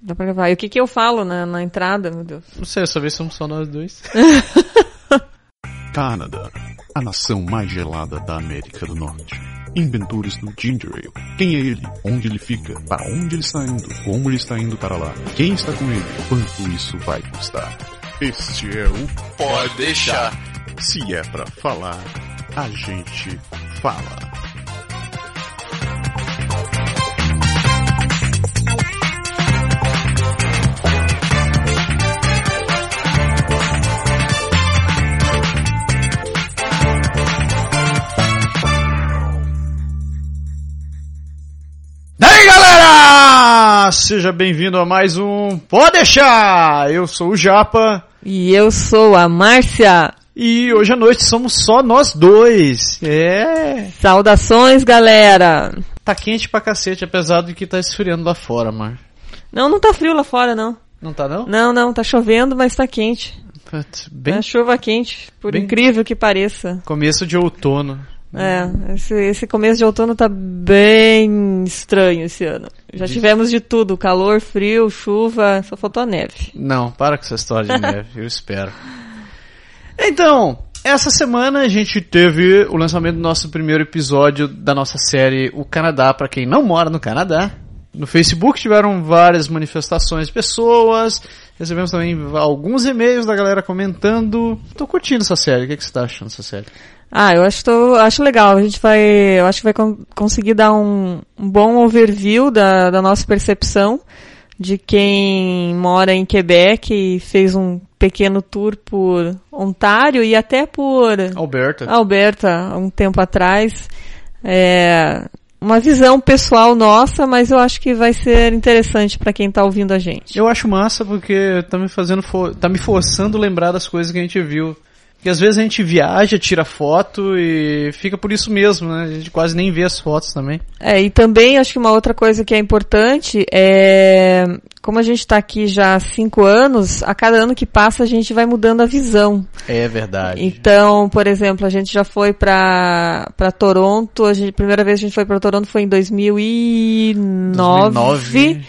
Dá pra gravar. E o que que eu falo na, na entrada, meu Deus? Não sei, eu só vi somos só nós dois. Canadá, a nação mais gelada da América do Norte. Inventores do Ginger Ale. Quem é ele? Onde ele fica? Para onde ele está indo? Como ele está indo para lá? Quem está com ele? Quanto isso vai custar? Este é o Pode deixar. Se é para falar, a gente fala. Daí galera! Seja bem-vindo a mais um Pode Deixar! Eu sou o Japa E eu sou a Márcia. e hoje à noite somos só nós dois. É. Saudações, galera. Tá quente pra cacete, apesar de que tá esfriando lá fora, Mar. Não, não tá frio lá fora, não. Não tá não? Não, não, tá chovendo, mas tá quente. Putz, Bem É chuva quente, por Bem- incrível que pareça. começo de outono. É, esse, esse começo de outono tá bem estranho esse ano. Já Diz- tivemos de tudo, calor, frio, chuva, só faltou a neve. Não, para com essa história de neve, eu espero. Então, essa semana a gente teve o lançamento do nosso primeiro episódio da nossa série O Canadá, para quem não mora no Canadá. No Facebook tiveram várias manifestações de pessoas, recebemos também alguns e-mails da galera comentando. Tô curtindo essa série, o que, que você tá achando dessa série? Ah, eu acho, tô- acho legal. A gente vai, eu acho que vai con- conseguir dar um, um bom overview da, da nossa percepção de quem mora em Quebec e fez um pequeno tour por Ontário e até por Alberta. Alberta há um tempo atrás. É uma visão pessoal nossa, mas eu acho que vai ser interessante para quem tá ouvindo a gente. Eu acho massa porque tá me fazendo fo- tá me forçando a lembrar das coisas que a gente viu. Porque às vezes a gente viaja, tira foto e fica por isso mesmo, né? A gente quase nem vê as fotos também. É, e também acho que uma outra coisa que é importante é, como a gente está aqui já há cinco anos, a cada ano que passa a gente vai mudando a visão. É verdade. Então, por exemplo, a gente já foi para para Toronto, a gente- primeira vez que a gente foi para Toronto foi em 2009, 2009.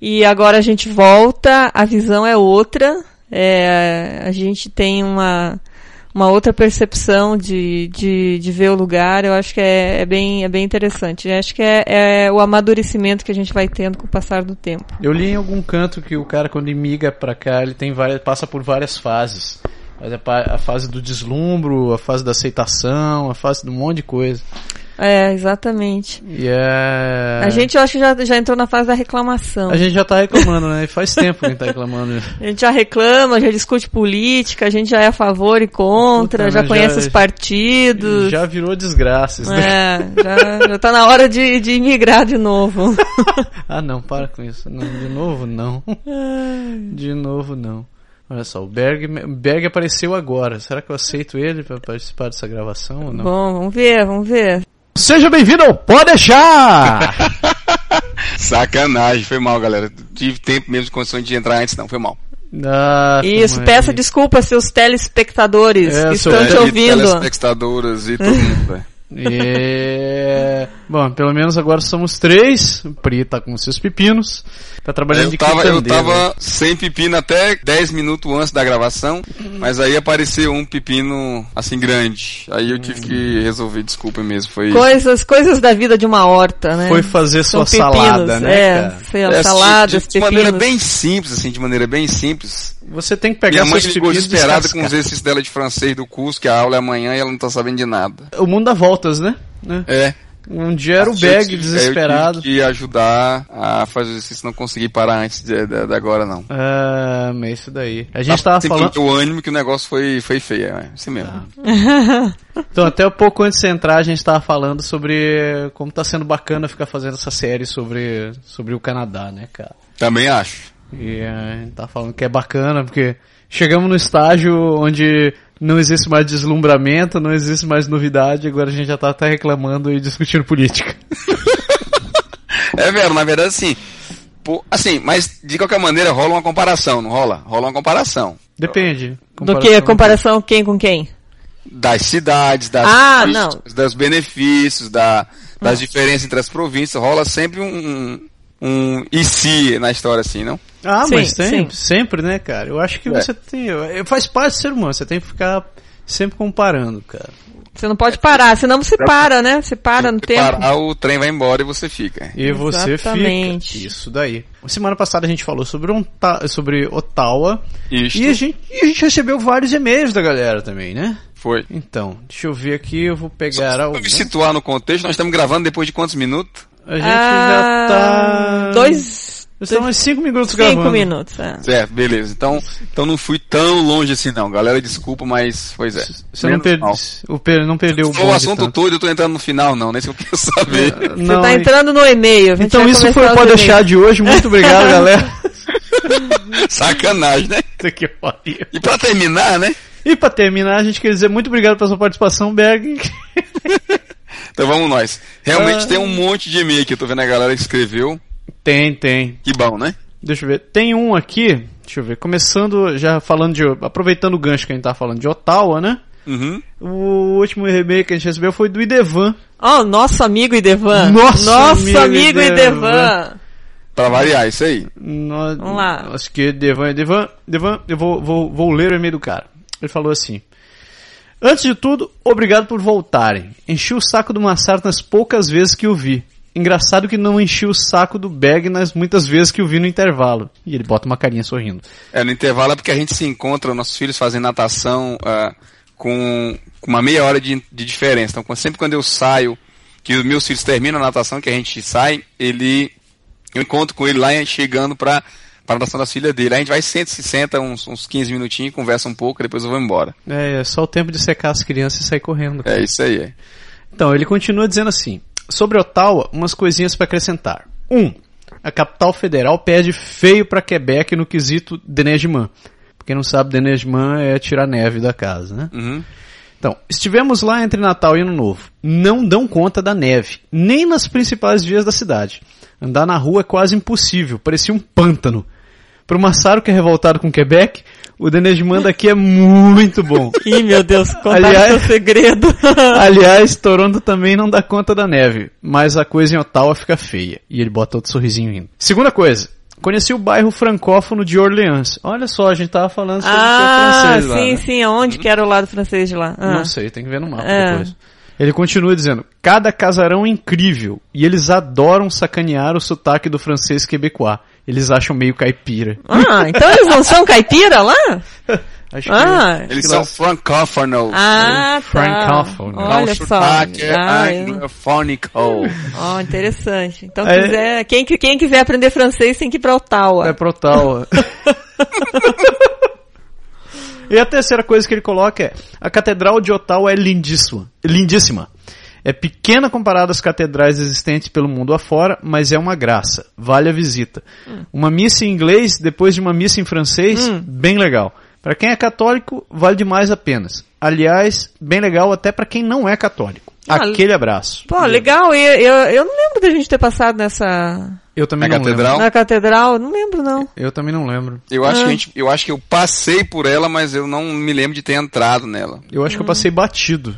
e agora a gente volta, a visão é outra, é, a gente tem uma uma outra percepção de, de, de ver o lugar, eu acho que é, é bem, é bem interessante. Eu acho que é, é o amadurecimento que a gente vai tendo com o passar do tempo. Eu li em algum canto que o cara quando ele migra pra cá, ele tem várias, passa por várias fases. Mas a pa- a fase do deslumbro, a fase da aceitação, a fase de um monte de coisa. É, exatamente. E é... A gente, eu acho que já, já entrou na fase da reclamação. a gente já tá reclamando, né? E Faz tempo que a gente tá reclamando. A gente já reclama, já discute política, a gente já é a favor e contra, Puta, já né, conhece já- os partidos. Já virou desgraça isso daqui. É, já, já tá na hora de, de migrar de novo. Ah, não, para com isso. Não, de novo, não. De novo, não. Olha só, o Berg, Berg apareceu agora. Será que eu aceito ele pra participar dessa gravação ou não? Bom, vamos ver, vamos ver. Seja bem-vindo ao Pode Deixar! Sacanagem, foi mal, galera. Tive tempo mesmo de condições de entrar antes, não, foi mal. Ah, Isso, mãe. peça desculpa seus telespectadores É, que sou- estão é, te de ouvindo. telespectadoras e todo mundo, velho. É... Bom, pelo menos agora somos três. O Pri tá com seus pepinos. Tá trabalhando de Eu tava, eu quitandeira. tava sem pepino até 10 minutos antes da gravação, Uhum. mas aí apareceu um pepino assim grande. Aí eu tive Uhum. que resolver, desculpa mesmo, foi Coisas, coisas da vida de uma horta, né? Foi fazer sua pepinos, salada, né, é, cara? sei lá, É, assim, saladas, de, de maneira pepinos. bem simples, assim, de maneira bem simples. Você tem que Minha pegar mãe seus ficou pepinos e desesperada com os descascar. exercícios dela de francês do curso, que a aula é amanhã e ela não tá sabendo de nada. O mundo dá voltas, né? Né? É. Um dia era o Eu Berg tive- desesperado. Eu tive que ajudar a fazer o exercício, não consegui parar antes de, de- de agora, não. Ah, mas isso daí. Tá A gente tava falando. Ah. Simplesmente O ânimo que o negócio foi, foi feio, é assim mesmo. Então, até um pouco antes de entrar, a gente tava falando sobre como tá sendo bacana ficar fazendo essa série sobre, sobre o Canadá, né, cara? Também acho. E eh, a gente tá falando que é bacana, porque chegamos no estágio onde não existe mais deslumbramento, não existe mais novidade, agora a gente já tá até reclamando e discutindo política. É vero, na verdade, assim. pô, assim, mas de qualquer maneira rola uma comparação, não rola? Rola uma comparação. Depende. Do que? Comparação quem com quem? Das cidades, das Ah, políticas, dos benefícios, da, das diferenças entre as províncias, rola sempre um, um, um e se na história, assim, não? Ah, Sim, mas sempre, sim. sempre, né, cara? Eu acho que É. você tem. Faz parte do ser humano, você tem que ficar sempre comparando, cara. Você não pode parar, senão você para, né? Você para no Se tempo. parar, o trem vai embora e você fica. E você Exatamente. fica. Isso daí. Semana passada a gente falou sobre, Onta sobre Ottawa. Isto E a, gente, e a gente recebeu vários e-mails da galera também, né? foi. Então, deixa eu ver aqui, eu vou pegar Para algum. me situar no contexto, nós estamos gravando depois de quantos minutos? A gente já Ah, tá. Dois. Estamos 5 minutos gravando. Cinco minutos. é. Certo, beleza. Então, então não fui tão longe assim não. Galera, desculpa, mas pois é. Você não, Menos per... mal. o per... não perdeu o Foi o bonde assunto tanto. todo, eu tô entrando no final não, nem se eu quero saber. Você Não, tá e- entrando no e-mail. a gente Então vai isso foi começar o os Pode e-mails. Deixar de hoje. Muito obrigado, galera. É. Sacanagem, né? Puta que pariu. E pra terminar, né? E pra terminar, a gente quer dizer muito obrigado pela sua participação, Berg. Então vamos nós. Realmente Ah. tem um monte de e-mail que eu tô vendo a galera que escreveu. Tem, tem. Que bom, né? Deixa eu ver. Tem um aqui, deixa eu ver. Começando já falando de. Aproveitando o gancho que a gente tá falando de Ottawa, né? Uhum. O último e-mail que a gente recebeu foi do Idevan. Ó, nosso amigo Idevan. Nosso amigo nosso amigo Idevan. Idevan. Pra variar, isso aí. Nó- Vamos lá. Acho que Devan, Devan, Devan, eu vou, vou, vou ler o e-mail do cara. Ele falou assim: Antes de tudo, obrigado por voltarem. Enchi o saco do Massaro nas poucas vezes que o vi. Engraçado que não enchi o saco do Bag nas muitas vezes que o vi no intervalo. E ele bota uma carinha sorrindo. É, no intervalo é porque a gente se encontra, nossos filhos fazem natação ah, com, com uma meia hora de, de diferença. Então, quando- sempre quando eu saio, que os meus filhos terminam a natação, que a gente sai, ele. Eu encontro com ele lá e chegando pra, pra natação das filhas dele. Aí a gente vai, senta, se senta uns, uns 15 minutinhos, conversa um pouco, depois eu vou embora. É, é só o tempo de secar as crianças e sair correndo. É isso aí. é. Então, ele continua dizendo assim: sobre Ottawa, umas coisinhas para acrescentar. Um, a capital federal perde feio para Quebec no quesito Denegman. Quem não sabe, Denegman é tirar neve da casa, né? Uhum. Então, estivemos lá entre Natal e Ano Novo. Não dão conta da neve, nem nas principais vias da cidade. Andar na rua é quase impossível, parecia um pântano. Para o Massaro que é revoltado com Quebec, o Denegman daqui é muito bom. Ih, meu Deus, contar Aliás- seu segredo. Aliás, Toronto também não dá conta da neve, mas a coisa em Ottawa fica feia. E ele bota outro sorrisinho indo. Segunda coisa, conheci o bairro francófono de Orleans. Olha só, a gente tava falando sobre o ah, é francês sim, lá, né? sim. Aonde que era o lado francês de lá? Ah. Não sei, tem que ver no mapa É. depois. Ele continua dizendo, cada casarão é incrível, e eles adoram sacanear o sotaque do francês quebecois. Eles acham meio caipira. Ah, então eles não são caipira lá? Acho que é Ah, Eles são francófonos. ah tá. francófono. Dá um Olha só. sotaque é- Ah, eu- anglofônico. Ó, interessante. Então, É. quiser, quem, qui- quem quiser aprender francês tem que ir pra Ottawa. É pro tal. e a terceira coisa que ele coloca é: a Catedral de Ottawa é lindíssima. Lindíssima. É pequena comparada às catedrais existentes pelo mundo afora, mas é uma graça. Vale a visita. Uma missa em inglês, depois de uma missa em francês, bem legal. Para quem é católico, vale demais apenas. Aliás, bem legal até para quem não é católico. Ah, Aquele abraço. Pô, legal. E eu, eu não lembro da gente ter passado nessa... Eu também Na não catedral? lembro. Na catedral. Não lembro, não. Eu também não lembro. Eu acho, que a gente, eu acho que eu passei por ela, mas eu não me lembro de ter entrado nela. Eu acho que eu passei batido.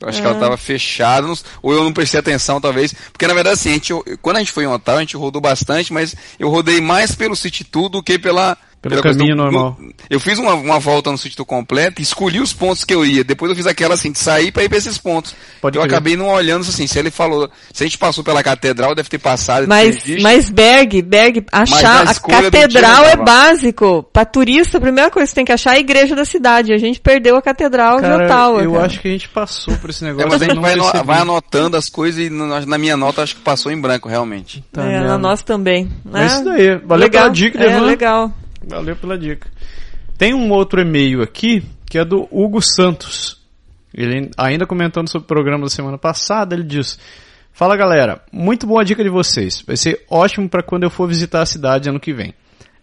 Eu acho que É. ela tava fechada, não s- ou eu não prestei atenção, talvez. Porque, na verdade, assim, a gente, quando a gente foi em Ottawa, a gente rodou bastante, mas eu rodei mais pelo City Tour do que pela... Pelo pela coisa caminho do- normal. do- eu fiz uma, uma volta no City Tour completo, escolhi os pontos que eu ia. Depois eu fiz aquela, assim, de sair pra ir pra esses pontos. Pode eu crer. acabei não olhando, assim, se ele falou... Se a gente passou pela catedral, deve ter passado... Mas, ter visto. mas Berg, Berg, achar na a escolha do catedral time, é tava. básico. Pra turista, a primeira coisa que você tem que achar é a igreja da cidade. A gente perdeu a catedral de Cara, Ottawa. eu cara. acho que a gente passou por esse É, negócio. mas a eu gente não vai, ano- percebi. vai anotando as coisas e na na minha nota acho que passou em branco, realmente. Tá é, mesmo. na nossa também. Mas Ah, isso daí. Valeu pela dica, É, Devan. legal. Valeu pela dica. Tem um outro e-mail aqui que é do Hugo Santos. Ele ainda comentando sobre o programa da semana passada, ele diz: Fala galera, muito boa a dica de vocês. Vai ser ótimo para quando eu for visitar a cidade ano que vem.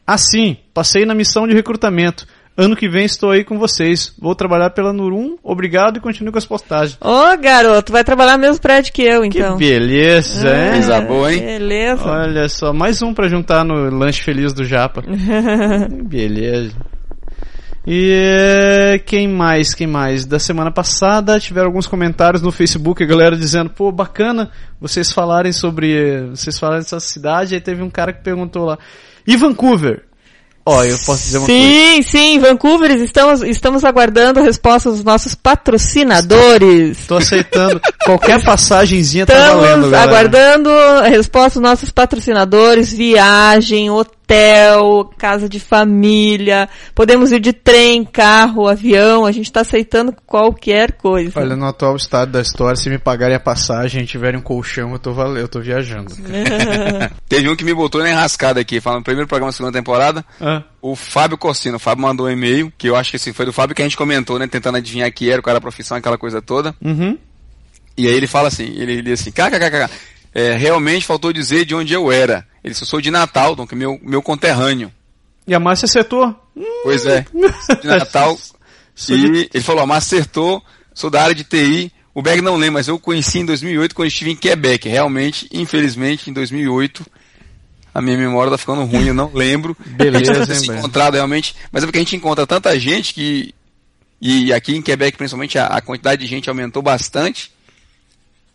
Assim, passei na missão de recrutamento. Ano que vem estou aí com vocês. Vou trabalhar pela Nurum. Obrigado e continuo com as postagens. Ô, garoto, vai trabalhar no mesmo prédio que eu, Que então. beleza, hein? Coisa boa, hein? Beleza. Olha só, mais um pra juntar no lanche feliz do Japa. Beleza. E eh, quem mais, quem mais? Da semana passada tiveram alguns comentários no Facebook, a galera dizendo, pô, bacana vocês falarem sobre, eh, vocês falarem dessa cidade, aí teve um cara que perguntou lá, E Vancouver? Ó, eu posso dizer uma coisa. sim, sim, Vancouver, estamos, estamos aguardando a resposta dos nossos patrocinadores. Tô aceitando. Qualquer passagenzinha tá valendo, Estamos galera. aguardando a resposta dos nossos patrocinadores, viagem, hotel, casa de família, podemos ir de trem, carro, avião, a gente está aceitando qualquer coisa. Olha, no atual estado da história, se me pagarem a passagem e tiverem um colchão, eu tô valendo, eu tô viajando. Teve um que me botou na enrascada aqui, falando primeiro programa, segunda temporada. Ah, O Fábio Corsino, o Fábio mandou um e-mail, que eu acho que assim, foi do Fábio que a gente comentou, né? Tentando adivinhar que era, o cara a profissão, aquela coisa toda. uhum. E aí ele fala assim, ele lê assim, kkkk, é, realmente faltou dizer de onde eu era. Ele disse, eu sou de Natal, então que é meu, meu conterrâneo. E a Márcia acertou. Pois é, sou de Natal. Sou de- e ele falou, ó, mas acertou, sou da área de TI. O Berg não lembra, mas eu o conheci em 2008 quando estive em Quebec. Realmente, infelizmente, em 2008... A minha memória tá ficando ruim, eu não lembro. Beleza, Eu tinha se hein, Berg? encontrado realmente. Mas é porque a gente encontra tanta gente que. E aqui em Quebec, principalmente, a, a quantidade de gente aumentou bastante.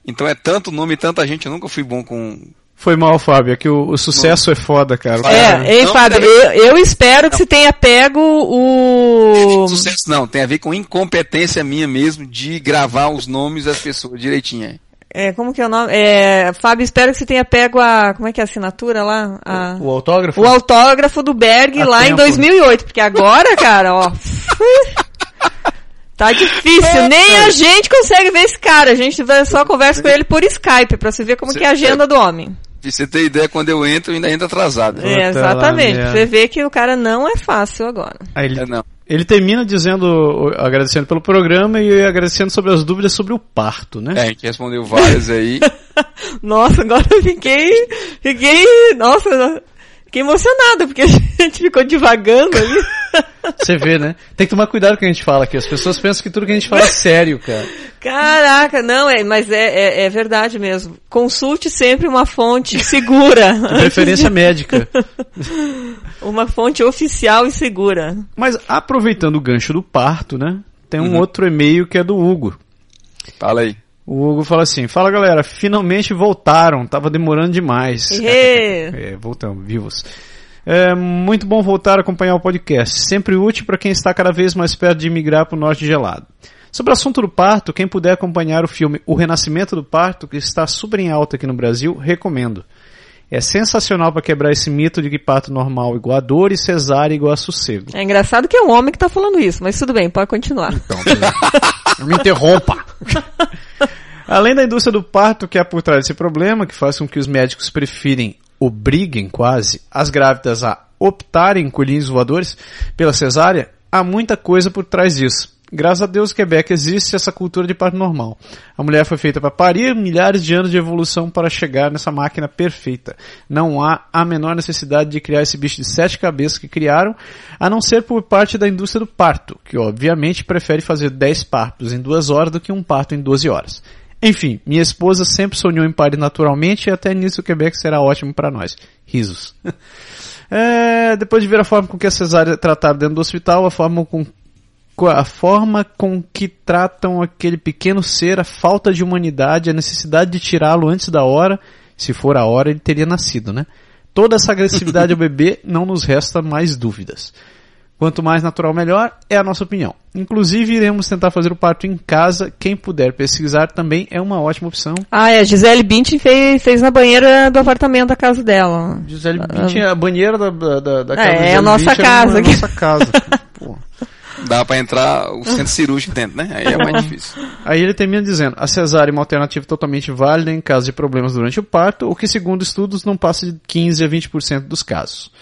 Então é tanto nome e tanta gente, eu nunca fui bom com. Foi mal, Fábio. É que o, o sucesso é foda, cara. Fábio, É, ei, não Fábio, deve- eu, eu espero que você tenha pego o. Sucesso não, tem a ver com incompetência minha mesmo de gravar os nomes das pessoas direitinho. É, como que é o nome? É, Fábio, espero que você tenha pego a. Como é que é a assinatura lá? A- É. O autógrafo? o autógrafo do Berg Há lá em tempo. né? 2008, porque agora, cara, ó. Tá difícil, nem a gente consegue ver esse cara. A gente vai- só conversa com ele por Skype pra você ver como Você- que é a agenda do homem. Pra você ter ideia, quando eu entro, eu ainda entro atrasado. É. É, exatamente. lá, Pra né? você ver que o cara não é fácil agora. Aí ele, É, não. ele termina dizendo, o- agradecendo pelo programa e agradecendo sobre as dúvidas sobre o parto, né? É, a gente respondeu várias aí. Nossa, agora eu fiquei. Fiquei. Nossa, fiquei emocionada, porque a gente ficou divagando ali. Você vê, né? Tem que tomar cuidado com o que a gente fala aqui. As pessoas pensam que tudo que a gente fala é sério, cara. Caraca, não, é, mas é, é, é verdade mesmo. Consulte sempre uma fonte segura. De preferência médica. Uma fonte oficial e segura. Mas aproveitando o gancho do parto, né? Tem Uhum. um outro e-mail que é do Hugo. Fala aí. O Hugo fala assim: Fala galera, finalmente voltaram, tava demorando demais. Ê. É, voltamos, vivos. É muito bom voltar a acompanhar o podcast, sempre útil para quem está cada vez mais perto de migrar para o norte gelado. Sobre o assunto do parto, quem puder acompanhar o filme O Renascimento do Parto, que está super em alta aqui no Brasil, recomendo. É sensacional para quebrar esse mito de que parto normal é igual a dor e cesárea igual a sossego. É engraçado que é um homem que tá falando isso, mas tudo bem, pode continuar. Não me interrompa! Além da indústria do parto que há por trás desse problema, que faz com que os médicos prefirem, obriguem quase, as grávidas a optarem colhinhos voadores pela cesárea, há muita coisa por trás disso. Graças a Deus, Quebec existe essa cultura de parto normal. A mulher foi feita para parir, milhares de anos de evolução para chegar nessa máquina perfeita. Não há a menor necessidade de criar esse bicho de sete cabeças que criaram, a não ser por parte da indústria do parto, que obviamente prefere fazer 10 partos em duas horas do que um parto em 12 horas. Enfim, minha esposa sempre sonhou em parir naturalmente e até nisso o Quebec será ótimo para nós. Risos. É, depois de ver a forma com que a cesárea é tratada dentro do hospital, a forma com com a forma com que tratam aquele pequeno ser, a falta de humanidade, a necessidade de tirá-lo antes da hora, se for a hora ele teria nascido, né? Toda essa agressividade ao bebê não nos resta mais dúvidas. Quanto mais natural, melhor, é a nossa opinião. Inclusive, iremos tentar fazer o parto em casa. Quem puder pesquisar também é uma ótima opção. Ah, é, a Gisele Bündchen fez, fez na banheira do apartamento da casa dela. Gisele Bündchen, a banheira da, da, da, da É, é a nossa casa É a aqui. nossa casa. Porra. Dá pra entrar o centro cirúrgico dentro, né? Aí é mais difícil. Aí ele termina dizendo: a cesárea é uma alternativa totalmente válida em caso de problemas durante o parto, o que, segundo estudos, não passa de 15 a 20% dos casos.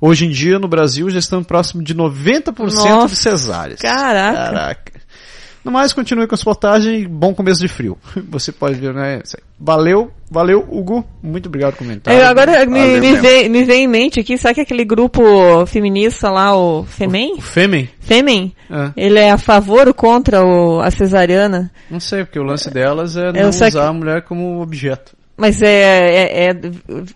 Hoje em dia, no Brasil, já estamos próximo de 90% Nossa, de cesáreas. caraca. É, Caraca. No mais, continue com a sua portagem e bom começo de frio. Você pode ver, né? isso aí. Valeu, valeu, Hugo. Muito obrigado pelo comentário. Eu agora me, Valeu me, mesmo. vem, me vem em mente aqui, sabe que aquele grupo feminista lá, o Femem? O Fêmen? Femem? Ah, Ele é a favor ou contra o, a cesariana? não sei, porque o lance delas é não Eu sei usar que- a mulher como objeto. Mas é, é- é-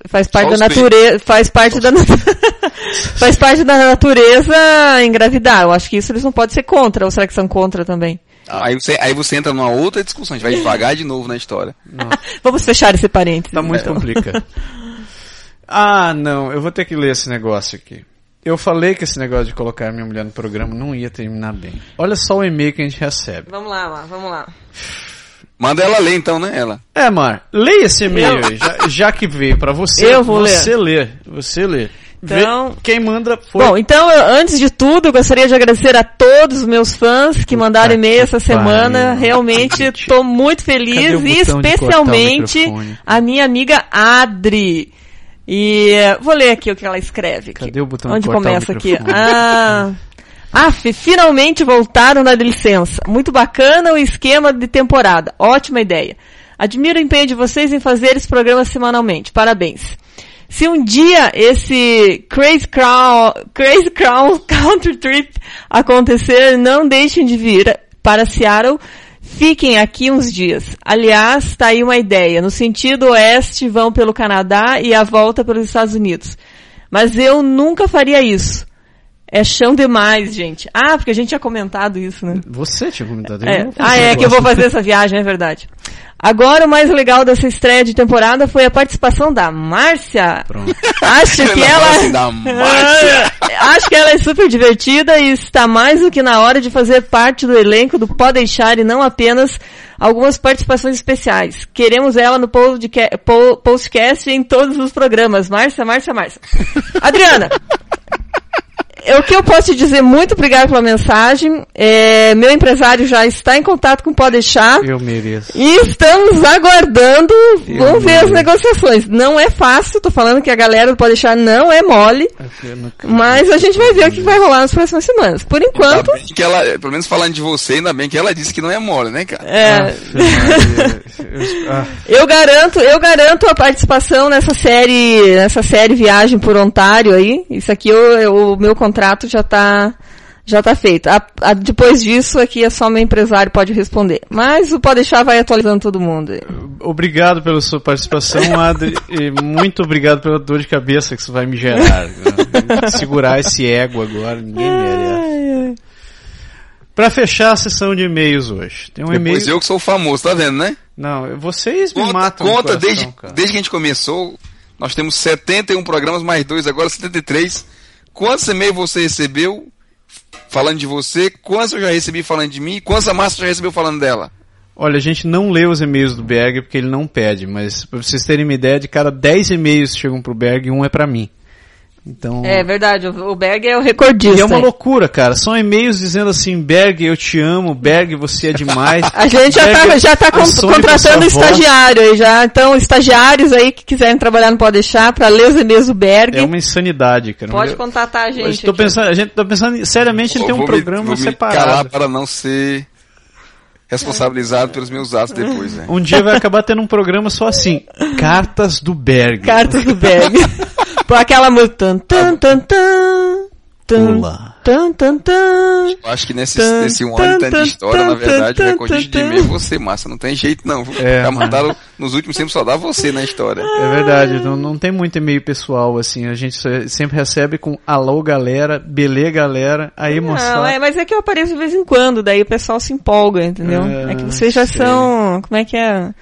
faz parte Só da os natureza, faz parte da nat- faz parte da natureza engravidar. Eu acho que isso eles não podem ser contra, ou será que são contra também? Aí você, aí você entra numa outra discussão, a gente vai devagar de novo na história. Vamos fechar esse parênteses. Tá muito complicado. É. Ah, não, eu vou ter que ler esse negócio aqui. Eu falei que esse negócio de colocar minha mulher no programa não ia terminar bem. Olha só o e-mail que a gente recebe. Vamos lá, lá, vamos lá. Manda ela ler então, né? Ela. É, Mar, leia esse e-mail aí, já, já que veio pra você. Eu vou ler. você ler. Você lê. Vê Então- quem manda foi. Bom, então, eu- antes de tudo, eu gostaria de agradecer a todos os meus fãs que mandaram e-mail essa que semana. pariu. Realmente, estou muito Cadê o feliz e botão de cortar o especialmente microfone? a minha amiga Adri. E eh, vou ler aqui o que ela escreve. aqui. Cadê o botão de Onde cortar o começa aqui? microfone? Ah, af, finalmente voltaram da licença. Muito bacana o esquema de temporada. Ótima ideia. Admiro o empenho de vocês em fazer esse programa semanalmente. Parabéns. Se um dia esse Crazy Crown, Crazy Crown Country Trip acontecer, não deixem de vir para Seattle. Fiquem aqui uns dias. Aliás, tá aí uma ideia. No sentido oeste, vão pelo Canadá e a volta pelos Estados Unidos. Mas eu nunca faria isso. É chão demais, gente. Ah, porque a gente tinha comentado isso, né? Você tinha comentado. eu É. não fiz Ah, esse é que eu vou negócio. fazer essa viagem, é verdade. Agora, o mais legal dessa estreia de temporada foi a participação da Márcia. Pronto. Acho que Ela ela. fala assim, da Márcia. Acho que ela é super divertida e está mais do que na hora de fazer parte do elenco do Pode Deixar e não apenas algumas participações especiais. Queremos ela no podca- po- postcast e em todos os programas. Márcia, Márcia, Márcia. Adriana, é o que eu posso te dizer, muito obrigada pela mensagem. É, meu empresário já está em contato com o Pode Deixar. Eu mereço. E estamos aguardando, vamos ver as Deus. negociações. Não é fácil, tô falando que a galera do Pode Deixar não é mole, Eu não- mas a gente vai ver o que vai rolar nas próximas semanas. Por enquanto, Ainda bem que ela, pelo menos falando de você, ainda bem que ela disse que não é mole, né, cara? é, Maria. Ah, Eu- ah. eu garanto, eu garanto a participação nessa série, nessa série Viagem por Ontário aí. Isso aqui, eu- eu- o meu contrato já tá, já tá feito. A- a- depois disso, aqui é só meu empresário pode responder. Mas o Pode Deixar vai atualizando todo mundo. aí. Obrigado pela sua participação, Adri, e muito obrigado pela dor de cabeça que isso vai me gerar. né? Segurar esse ego agora, ninguém merece. Pra fechar a sessão de e-mails hoje, tem um Depois e-mail. eu que sou famoso, tá vendo, né? Não, vocês me Conta, matam. no conta um coração, desde, cara. desde que a gente começou, nós temos 71 programas, mais dois, agora 73. Quantos e-mails você recebeu falando de você? Quantos eu já recebi falando de mim? Quantos a Márcia já recebeu falando dela? Olha, a gente não lê os e-mails do Berg porque ele não pede, mas pra vocês terem uma ideia, de cada 10 e-mails que chegam pro Berg, um é pra mim. Então. É verdade, o o Berg é o recordista. E é uma aí. loucura, cara. São e-mails dizendo assim, Berg, eu te amo, Berg, você é demais. A gente já Berg, tá, já tá a con- Sony com contratando sua voz. estagiário aí já. Então, estagiários aí que quiserem trabalhar no Pode Deixar pra ler os e-mails do Berg. É uma insanidade, cara. Pode Eu- contatar a eu gente. tô aqui. pensando, a gente tá pensando seriamente em ter Eu um vou me- programa vou me calar separado. É. para não ser responsabilizado pelos meus atos depois, né? Um dia vai acabar tendo um programa só assim, Cartas do Berg. Cartas do Berg. Pô, aquela música. Tan, tan, tan, tan, tan, Olá. tan, tan, tan. Eu Acho que nesse, Tan, nesse um ano e tan, tanto de história, tan, na verdade, tan, o recordista de tan, e-mail é você, Márcia. Não tem jeito, não. É, Já mano. mandaram nos últimos tempos só dá você na história. É verdade, não, não tem muito e-mail pessoal assim, a gente se- sempre recebe com alô galera, belê galera, aí Não, é, moçada. mas é que eu apareço de vez em quando, daí o pessoal se empolga, entendeu? É, É, que vocês já sei. são. Como é que é?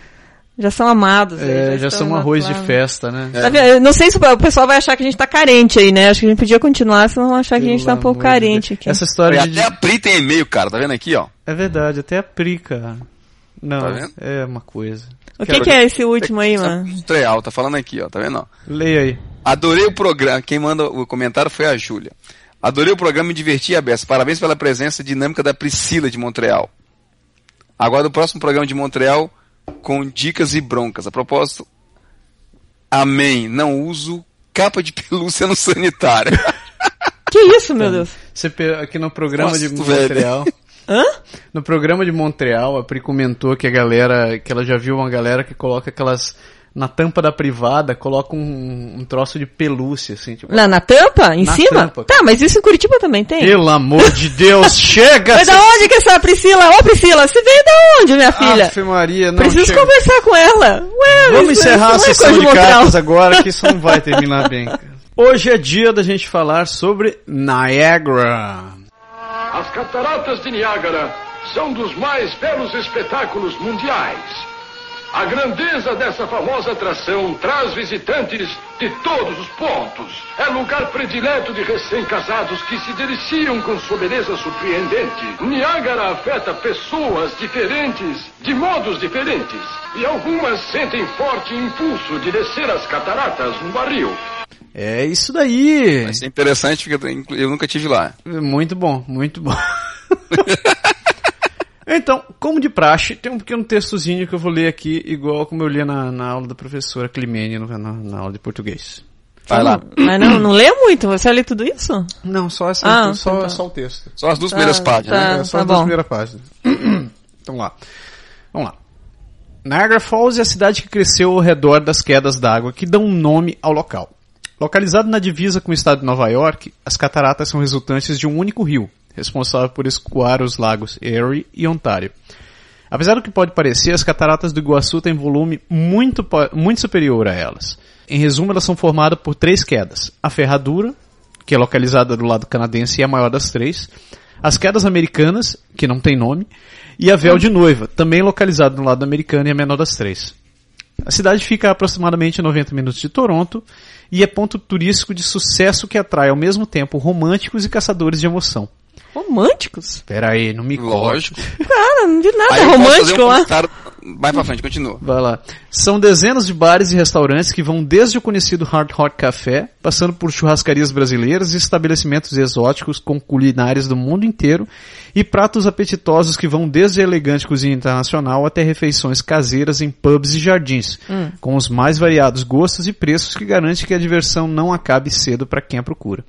Já são amados. aí, É, já estão são na- arroz de lá- festa, né? É. Tá vendo? Eu Não sei se o pessoal vai achar que a gente tá carente aí, né? Acho que a gente podia continuar, senão vão achar que a gente tá um Pelo pouco amor de carente Deus. aqui. Essa E história de... até a Pri tem e-mail, cara. Tá vendo aqui, ó? É verdade, até a Pri, cara. Não, Tá vendo? é uma coisa. O que, que é esse último aí, mano? Montreal, tá falando aqui, ó. Tá vendo, ó? Leia aí. Adorei o programa. Quem manda o comentário foi a Júlia. Adorei o programa e me diverti a beça. Parabéns pela presença dinâmica da Priscila de Montreal. Agora o próximo programa de Montreal com dicas e broncas. A propósito, amém. Não uso capa de pelúcia no sanitário. Que isso, meu Deus? Você pe- aqui no programa Nossa, de velho. Montreal. Hã? No programa de Montreal, a Pri comentou que a galera, que ela já viu uma galera que coloca aquelas na tampa da privada, coloca um, um troço de pelúcia assim, tipo, Na, na tampa? Em Na cima? tampa. Tá, mas isso em Curitiba também tem. pelo amor de Deus, chega! Mas da onde que essa Priscila? Ô Priscila, você veio da onde, minha filha? Ave Maria, Ah, não Preciso chega. conversar com ela. Ué, Vamos isso- encerrar a isso não é sessão coisa de Montreal. cartas agora, que isso não vai terminar bem. cara. Hoje é dia da gente falar sobre Niagara. As cataratas de Niágara são dos mais belos espetáculos mundiais. A grandeza dessa famosa atração traz visitantes de todos os pontos. É lugar predileto de recém-casados que se deliciam com sua beleza surpreendente. Niágara afeta pessoas diferentes, de modos diferentes. E algumas sentem forte impulso de descer as cataratas no barril. É isso daí. Vai ser é interessante porque eu tenho- eu nunca tive lá. Muito bom, muito bom. então, como de praxe, tem um pequeno textozinho que eu vou ler aqui, igual como eu li na, na aula da professora Climene, no- na, na aula de português. Vai lá. Mas não, não lê muito, você lê tudo isso? Não, só, essa, Ah, só, então tá. só o texto. Só as duas primeiras Ah, páginas, tá. né? é, só tá as duas bom. primeiras páginas. Então lá. Vamos lá. Niagara Falls é a cidade que cresceu ao redor das quedas d'água que dão nome ao local. Localizado na divisa com o estado de Nova York, as cataratas são resultantes de um único rio, responsável por escoar os lagos Erie e Ontário. Apesar do que pode parecer, as cataratas do Iguaçu têm volume muito, pa- muito superior a elas. Em resumo, elas são formadas por três quedas. A ferradura, que é localizada do lado canadense e é a maior das três. As quedas americanas, que não tem nome. E a véu de noiva, também localizada do lado americano e é a menor das três. A cidade fica a aproximadamente 90 minutos de Toronto e é ponto turístico de sucesso que atrai ao mesmo tempo românticos e caçadores de emoção. Românticos? Peraí, não me corte. Lógico. Cara, não vi nada Tá um eu posso um romântico lá. comentário- Vai pra frente, continua. Vai lá. São dezenas de bares e restaurantes que vão desde o conhecido Hard Hot Café, passando por churrascarias brasileiras e estabelecimentos exóticos com culinárias do mundo inteiro e pratos apetitosos que vão desde a elegante cozinha internacional até refeições caseiras em pubs e jardins, Hum. com os mais variados gostos e preços que garante que a diversão não acabe cedo para quem a procura.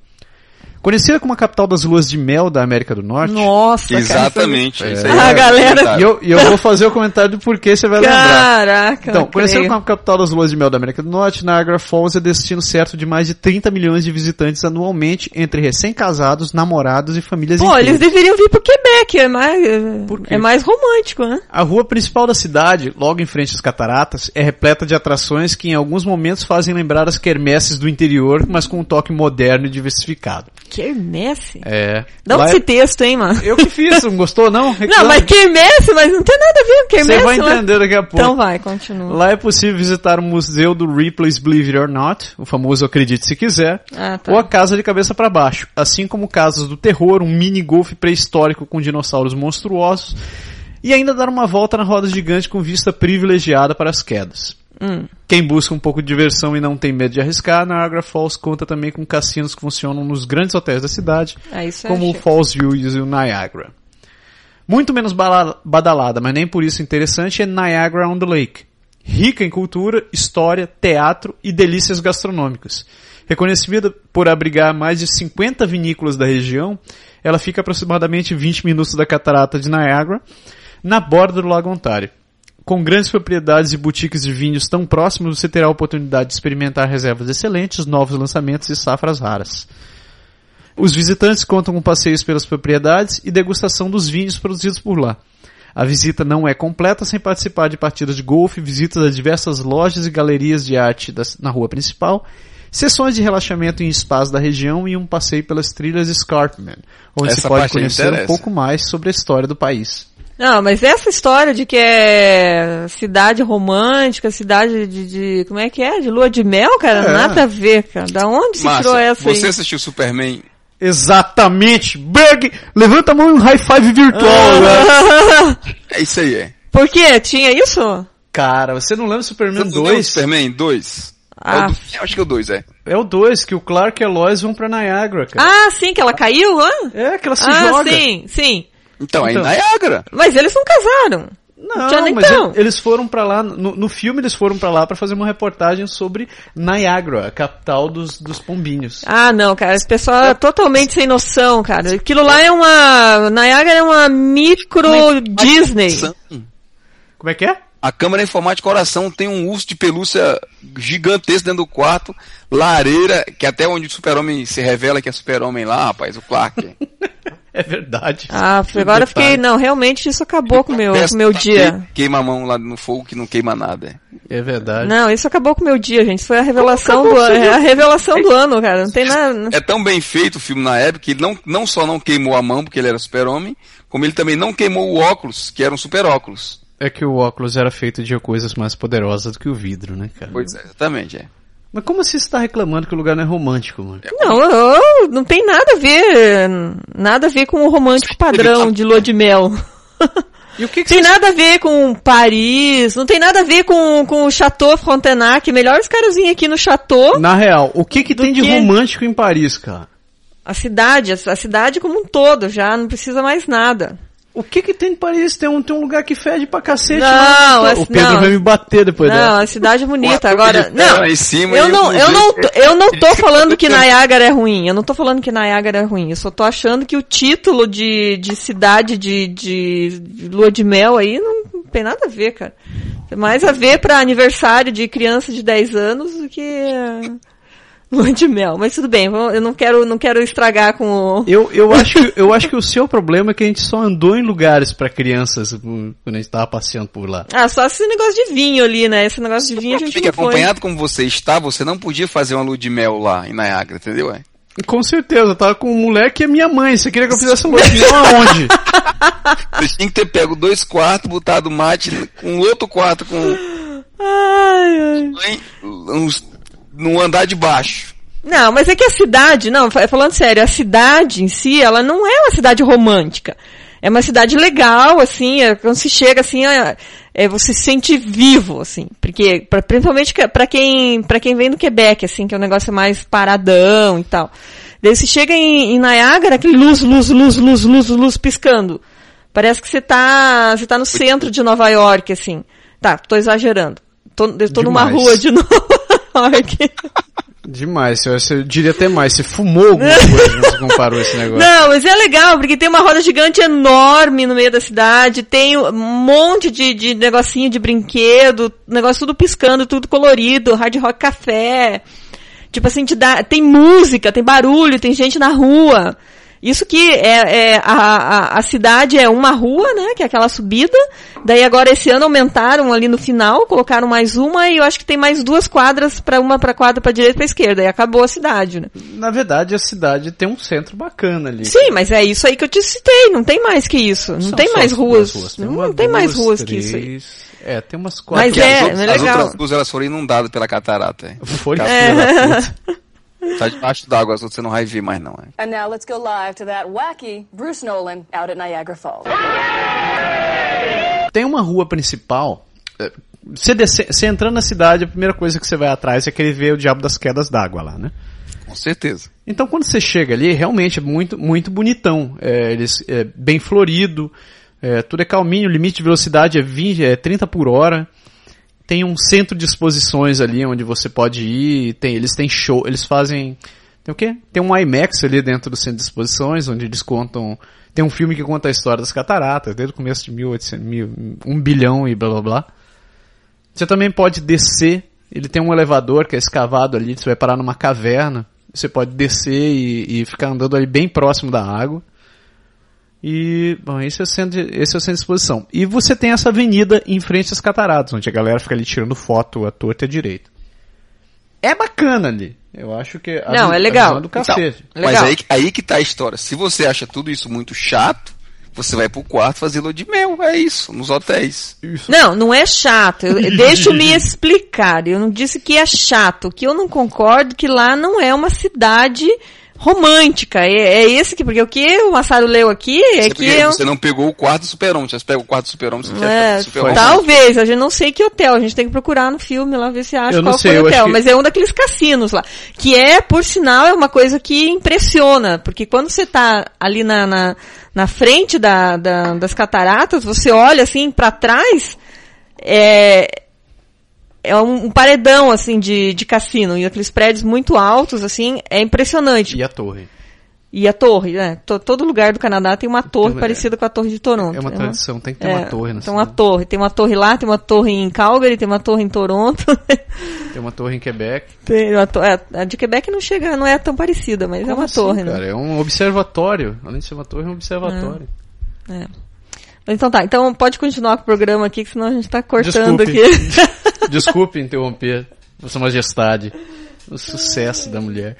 Conhecida como a capital das luas de mel da América do Norte, Nossa, Exatamente. isso aí Ah, é galera. comentário. e eu, e eu vou fazer o comentário do porquê você vai cara. lembrar. Caraca, Então, não conhecida creio. como a capital das luas de mel da América do Norte, Niagara Falls é destino certo de mais de 30 milhões de visitantes anualmente entre recém-casados, namorados e famílias Pô, eles inteiras. deveriam vir pro Quebec, é mais, Por quê? é mais romântico, né? A rua principal da cidade, logo em frente às cataratas, é repleta de atrações que em alguns momentos fazem lembrar as quermesses do interior, mas com um toque moderno e diversificado. Quermesse? É. Dá um Lá é- esse texto, hein, mano? Eu que fiz, não gostou não? Reclama. Não, mas quermesse, mas não tem nada a ver com quermesse. é Você vai né? entender daqui a pouco. Então vai, continua. Lá é possível visitar o museu do Ripley's Believe It or Not, o famoso Acredite Se Quiser, Ah, tá. ou a casa de cabeça para baixo, assim como casas do terror, um mini golfe pré-histórico com dinossauros monstruosos, e ainda dar uma volta na roda gigante com vista privilegiada para as quedas. Hum. Quem busca um pouco de diversão e não tem medo de arriscar, Niagara Falls conta também com cassinos que funcionam nos grandes hotéis da cidade, Ah, isso é como o chique. Falls View e o Niagara. Muito menos bala- badalada, mas nem por isso interessante, é Niagara on the Lake. Rica em cultura, história, teatro e delícias gastronômicas. Reconhecida por abrigar mais de 50 vinícolas da região, ela fica a aproximadamente 20 minutos da catarata de Niagara, na borda do Lago Ontário. Com grandes propriedades e boutiques de vinhos tão próximos, você terá a oportunidade de experimentar reservas excelentes, novos lançamentos e safras raras. Os visitantes contam com passeios pelas propriedades e degustação dos vinhos produzidos por lá. A visita não é completa sem participar de partidas de golfe, visitas a diversas lojas e galerias de arte das- na rua principal, sessões de relaxamento em spas da região e um passeio pelas trilhas Scarpman, onde Essa se pode parte me conhecer um interessa. pouco mais sobre a história do país. Não, mas essa história de que é cidade romântica, cidade de, de- como é que é? De lua de mel, cara? É. Nada a ver, cara. Da onde se tirou Márcia, essa você aí? assistiu Superman? Exatamente! Berg, levanta a mão e um high five virtual! né? É isso aí, é. Por quê? Tinha isso? Cara, você não lembra Você Superman não lembra do 2? é Superman 2? É o Ah. do- eu acho que é o 2, é. É o 2, que o Clark e a Lois vão pra Niagara, cara. Ah, sim, que ela caiu, hã? É, que ela se ah, joga. sim, sim. Então, é em Então. Niagara. Mas eles não casaram. Já Não, nem mas tão. e- eles foram pra lá, no, no filme eles foram pra lá pra fazer uma reportagem sobre Niagara, a capital dos, dos pombinhos. Ah, não, cara, esse pessoal é totalmente sem noção, cara. Aquilo lá é uma. Niagara é uma micro Disney. Como é que é? A câmera em formato de coração tem um urso de pelúcia gigantesco dentro do quarto, lareira, que até onde o super-homem se revela que é super-homem lá, rapaz, o Clark. É verdade. Ah, agora eu fiquei. Não, realmente isso acabou com o meu, com o meu dia. Que- Queima a mão lá no fogo que não queima nada. É verdade. Não, isso acabou com o meu dia, gente. Isso foi a revelação acabou? do ano. Você viu? É a revelação do ano, cara. Não tem nada. É tão bem feito o filme na época que ele não, não só não queimou a mão porque ele era super-homem, como ele também não queimou o óculos, que era um super-óculos. é que o óculos era feito de coisas mais poderosas do que o vidro, né, cara? Pois é, exatamente, é. Mas como assim você está reclamando que o lugar não é romântico, mano? Não, eu- eu- não tem nada a ver, nada a ver com o romântico padrão de lua de mel. E o que, que Tem vocês- nada a ver com Paris, não tem nada a ver com, com o Chateau Frontenac. Melhor os caras virem aqui no Chateau, Na real, o que que tem de quê? romântico em Paris, cara? a cidade, a cidade como um todo já, não precisa mais nada. O que que tem em Paris? Tem um, tem um lugar que fede pra cacete. Não, mas- essa- O Pedro não. vai me bater depois Não, dessa. a cidade é bonita. Uma Agora, torre de ferro não, tá em cima eu e não, um eu não, jeito- tô- eu não tô Ele- falando que Niágara é ruim. Eu não tô falando que Niágara é ruim. Eu só tô achando que o título de, de cidade de, de de lua de mel aí não tem nada a ver, cara. Tem mais a ver pra aniversário de criança de 10 anos do que eh, lua de mel. Mas tudo bem, vamos- eu não quero, não quero estragar com o... Eu, eu, acho que, eu acho que o seu problema é que a gente só andou em lugares pra crianças hum, quando a gente tava passeando por lá. Ah, só esse negócio de vinho ali, né? Esse negócio de vinho a gente Fique não foi. acompanhado como você está, você não podia fazer uma lua de mel lá em Niagara, entendeu? É? Com certeza, eu tava com um moleque e a minha mãe. Você queria que eu fizesse um lua de mel aonde? Você tinha que ter pego dois quartos, botado mate, um outro quarto com Ai, ai. mãe, uns, num andar de baixo. Não, mas é que a cidade, não, fa- falando sério, a cidade em si, ela não é uma cidade romântica. É uma cidade legal, assim, é, quando se chega assim, é, é, você se sente vivo, assim, porque pra- principalmente para quem para quem vem do Quebec, assim, que é um negócio mais paradão e tal. Daí você chega em, em Niagara, aquele luz, luz, luz, luz, luz, luz piscando. Parece que você tá, você tá no centro de Nova York, assim. Tá, tô exagerando. Tô, eu tô numa Demais. rua de Nova York. Demais, eu, eu diria até mais. Você fumou alguma coisa quando você comparou esse negócio. Não, mas é legal, porque tem uma roda gigante enorme no meio da cidade, tem um monte de, de negocinho de brinquedo, negócio tudo piscando, tudo colorido, hard rock café. Tipo assim, te dá, tem música, tem barulho, tem gente na rua. Isso que é, é a, a, a cidade é uma rua, né? Que é aquela subida. Daí agora esse ano aumentaram ali no final, colocaram mais uma e eu acho que tem mais duas quadras para uma para quadra para direita e para esquerda. E acabou a cidade, né? Na verdade, a cidade tem um centro bacana ali. Sim, mas é isso aí que eu te citei. Não tem mais que isso. Não São tem só mais as ruas. duas não uma, tem mais duas, ruas que isso aí. três. É, tem umas quatro. Mas Porque é, as outras, é as legal. outras duas elas foram inundadas pela catarata. É. Foi É. Tá debaixo d'água, as outras você não vai ver mais, não. É. And now let's go live to that wacky Bruce Nolan out at Niagara Falls. Tem uma rua principal. é, Você, desce, você entrando na cidade, a primeira coisa que você vai atrás é querer ver o Diabo das Quedas d'Água lá, né? Com certeza. Então quando você chega ali, realmente é muito, muito bonitão. É, eles, é bem florido, é, tudo é calminho, o limite de velocidade é, 20, é 30 por hora. Tem um centro de exposições ali onde você pode ir, tem, eles têm show, eles fazem. Tem o quê? Tem um IMAX ali dentro do centro de exposições, onde eles contam. Tem um filme que conta a história das cataratas, desde o começo de 1800, mil, 1 bilhão e blá blá blá. Você também pode descer. Ele tem um elevador que é escavado ali. Você vai parar numa caverna. Você pode descer e, e ficar andando ali bem próximo da água. E, bom, esse é, o centro de, esse é o centro de exposição. E você tem essa avenida em frente às cataratas, onde a galera fica ali tirando foto à torta e à direita. É bacana ali. Eu acho que a Não, vi- é a legal. visão é do cacete. Então, Mas Legal. aí, aí que tá a história. Se você acha tudo isso muito chato, você vai pro quarto fazer lua de mel. É isso, nos hotéis. Não, não é chato. Eu- deixa eu me explicar. Eu não disse que é chato. Que eu não concordo que lá não é uma cidade romântica. É, é esse que, porque o que o Massaro leu aqui é Você, que pega- eu, você não pegou o quarto do super-homem. Você pega o quarto do super-homem, você quer é, o super-homem. talvez, a gente não sei que hotel, a gente tem que procurar no filme lá ver se acha Eu não qual sei, foi eu o hotel, acho que- mas é um daqueles cassinos lá, que é, por sinal, é uma coisa que impressiona, porque quando você tá ali na, na, na frente da, da- das cataratas, você olha assim pra trás, é, é um, um paredão assim de, de cassino, e aqueles prédios muito altos assim, é impressionante. E a torre. E a torre, né? To- todo lugar do Canadá tem uma torre uma- parecida com a torre de Toronto. né? É uma tradição, tem que ter uma torre na Tem uma cidade. torre. Tem uma torre lá, tem uma torre em Calgary, tem uma torre em Toronto. Tem uma torre em Quebec. tem uma to- é, a de Quebec não chega, não é tão parecida, mas é Como uma assim, torre, né? cara? É um observatório. Além de ser uma torre, é um observatório. Mas Então tá, então pode continuar com o programa aqui, que senão a gente tá cortando Desculpe. aqui. Desculpe interromper, Vossa Majestade. O sucesso da mulher.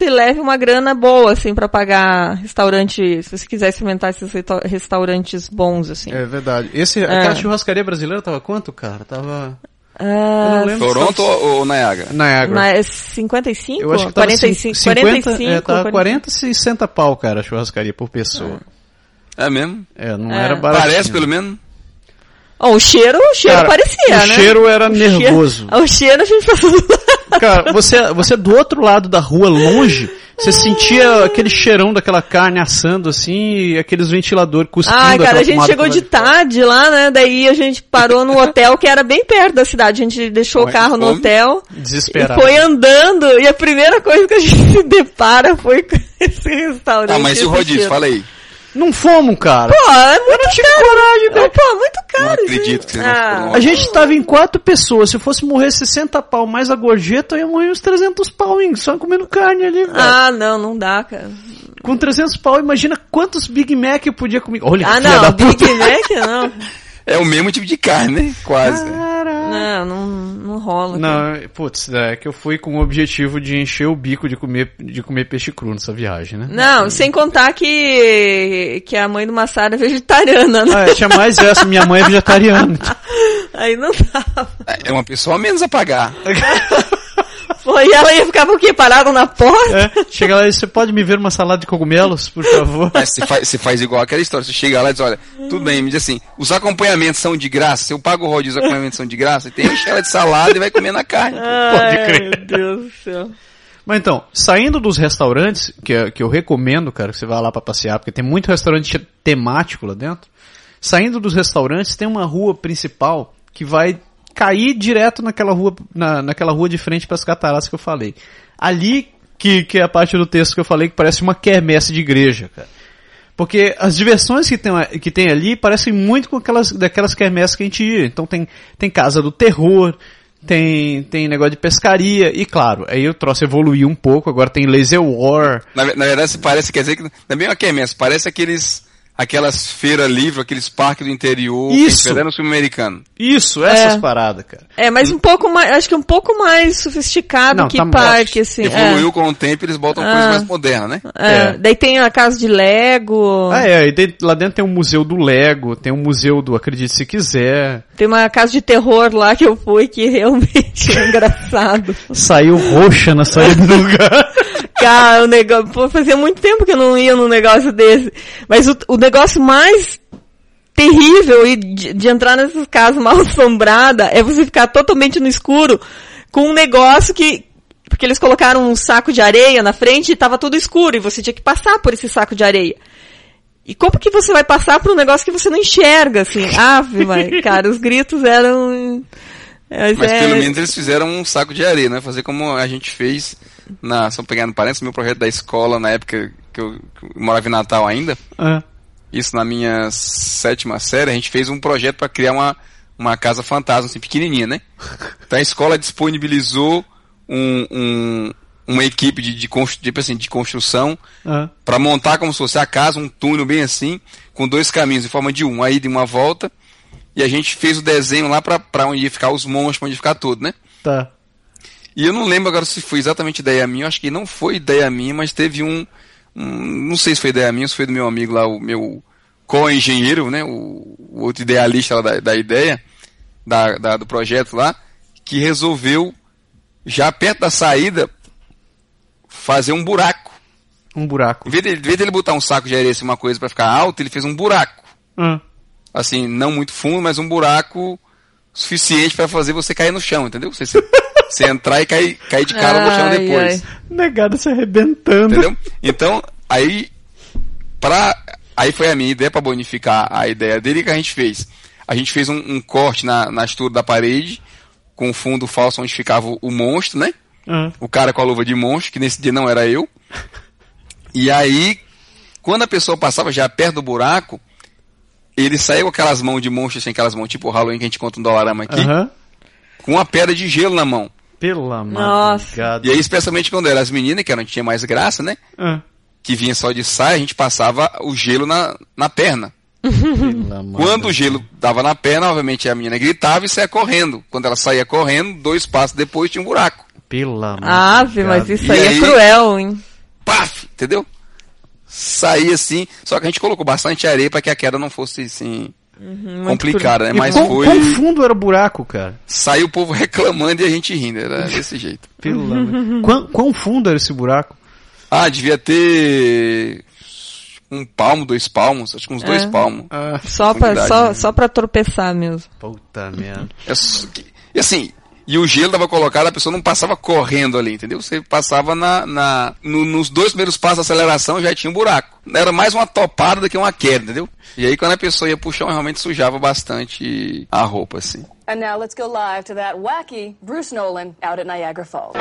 e leve uma grana boa, assim, para pagar restaurante, se você quiser experimentar esses reta- restaurantes bons, assim. É verdade. Esse, Aquela churrascaria brasileira tava quanto, cara? Tava. Ah, eu não lembro. se Toronto tava- ou, ou Niagara? Niagara. mas 55? Eu acho que tava 45, 45, 50, 45, é, 40. tava 40, 60 pau, cara, a churrascaria por pessoa. É mesmo? É, não Ah. É. era barato. Parece, pelo menos. Ó, o cheiro, o cheiro Cara, parecia, o né? cheiro era O cheiro- nervoso. o cheiro a gente passou... Cara, você, você do outro lado da rua, longe, você sentia aquele cheirão daquela carne assando assim, e aqueles ventiladores cuspindo Ah, cara, aquela a gente fumaça chegou pro de lado fora. tarde lá, né? Daí a gente parou no hotel que era bem perto da cidade. A gente deixou o Ué, carro no fome. hotel e Desesperado. foi andando. E a primeira coisa que a gente se depara foi com esse restaurante. Ah, mas e o esse rodízio? cheiro. Fala aí. Não fomos, cara. Pô, é muito caro. Não, pô, muito caro. Não acredito gente. que vocês não Ah, foram lá. A gente tava em quatro pessoas. Se eu fosse morrer 60 pau mais a gorjeta, eu ia morrer uns 300 pau, hein? Só comendo carne ali, velho. Ah, não, não dá, cara. Com 300 pau, imagina quantos Big Mac eu podia comer. Olha, Ah, filha da não, puta. Big Mac não. É o mesmo tipo de carne, né? Quase. Não, não, não rola. cara. Não, putz, é que eu fui com o objetivo de encher o bico de comer, de comer peixe cru nessa viagem, né? Não, sem contar que, que a mãe do Massaro é vegetariana, né? Ah, é, tinha mais essa, minha mãe é vegetariana. Aí não dava. É uma pessoa a menos a pagar. Pô, e ela ia ficar por quê? Parada na porta? É, chega lá e diz, você pode me ver uma salada de cogumelos, por favor? Mas você faz, você faz igual aquela história. Você chega lá e diz, olha, tudo bem, me diz assim, os acompanhamentos são de graça, se eu pago o rodízio, os acompanhamentos são de graça, tem enche ela de salada e vai comer na carne. Ah. Pode Ai, crer. Meu Deus do céu. Mas então, saindo dos restaurantes, que, é- que eu recomendo, cara, que você vá lá pra passear, porque tem muito restaurante temático lá dentro. Saindo dos restaurantes, tem uma rua principal que vai cair direto naquela rua, na, naquela rua de frente pras cataratas que eu falei. Ali que, que é a parte do texto que eu falei que parece uma quermesse de igreja, cara. Porque as diversões que tem, que tem ali parecem muito com aquelas daquelas quermesses que a gente ia. Então tem, tem casa do terror, tem, tem negócio de pescaria, e claro, aí o troço evoluiu um pouco, agora tem laser war. Na, ve- na verdade, se parece, quer dizer que também é uma quermesse, parece aqueles, aquelas feiras livres, aqueles parques do interior, que a gente Isso. vê lá no filme americano. Isso, essas É. paradas, cara. É, mas um pouco mais, acho que um pouco mais sofisticado Não, que tá parque, assim. Evoluiu É, com o tempo, eles botam Ah. coisas mais modernas, né? é. É. Daí tem a casa de Lego, Ah, é, e dentro- lá dentro tem um museu do Lego, tem um museu do Acredite Se Quiser, tem uma casa de terror lá que eu fui que realmente é engraçado. saiu roxa na saída do lugar. Cara, ah, o negócio, pô, fazia muito tempo que eu não ia num negócio desse. Mas o, o negócio mais terrível e de, de entrar nessas casas mal assombradas é você ficar totalmente no escuro com um negócio que porque eles colocaram um saco de areia na frente e tava tudo escuro e você tinha que passar por esse saco de areia. E como que você vai passar por um negócio que você não enxerga, assim? Ave, mãe, cara, os gritos eram... Mas É. pelo menos eles fizeram um saco de areia, né? Fazer como a gente fez na, só pegando parênteses, meu projeto da escola na época que eu, que eu morava em Natal ainda. Ah, Isso na minha sétima série, a gente fez um projeto para criar uma, uma casa fantasma, assim, pequenininha, né? Então a escola disponibilizou um, um- uma equipe de, de, constru, tipo assim, de construção ah. para montar como se fosse a casa, um túnel bem assim, com dois caminhos em forma de um, uma ida e uma volta. E a gente fez o desenho lá para onde ia ficar os monstros, pra onde ia ficar tudo, né? Tá. E eu não lembro agora se foi exatamente ideia minha, eu acho que não foi ideia minha, mas teve um, um- não sei se foi ideia minha, ou se foi do meu amigo lá, o meu co-engenheiro, né, o, o outro idealista lá da, da ideia, da, da- do projeto lá, que resolveu, já perto da saída, fazer um buraco. Um Em buraco. vez dele, em vez dele botar um saco de areia, assim, uma coisa para ficar alto, ele fez um buraco. Ah, Assim, não muito fundo, mas um buraco suficiente para fazer você cair no chão, entendeu? Você, se- você entrar e cair, cair de cara no chão Ai, depois. ai. negada se arrebentando. Entendeu? Então, aí pra, aí foi a minha ideia para bonificar a ideia dele que a gente fez. A gente fez um, um corte na, na estrutura da parede com o fundo falso onde ficava o, o monstro, né? Ah, O cara com a luva de monstro, que nesse dia não era eu. E aí, quando a pessoa passava já perto do buraco, ele saía com aquelas mãos de monstro, assim, aquelas mãos tipo o Halloween que a gente conta um dolarama aqui, Aham. com uma pedra de gelo na mão. Pela Nossa. madrugada. E aí, especialmente quando eram as meninas, que eram tinha mais graça, né? Ah, que vinha só de saia, a gente passava o gelo na, na perna. pela Quando o gelo dava na perna, obviamente a menina gritava e saia correndo. Quando ela saía correndo, dois passos depois tinha um buraco. Pela Ah, Ave, mas madrugada. isso Ah, E aí, aí- é cruel, hein? paf, entendeu? Sair assim, só que a gente colocou bastante areia para que a queda não fosse assim complicada, né? E Mas quão- foi. quão fundo era o buraco, cara? Saiu o povo reclamando e a gente rindo, era desse jeito. Pelo amor. Quão, quão fundo era esse buraco? Ah, devia ter um palmo, dois palmos, acho que uns dois É. palmos. Ah, Só pra, Profundidade, só, né? só pra tropeçar mesmo. puta merda. É só que- E assim, e o gelo tava colocado, a pessoa não passava correndo ali, entendeu? Você passava na, na- no- nos dois primeiros passos da aceleração já tinha um buraco. Era mais uma topada do que uma queda, entendeu? E aí quando a pessoa ia pro chão, realmente sujava bastante a roupa, assim. And now let's go live to that wacky Bruce Nolan out at Niagara Falls.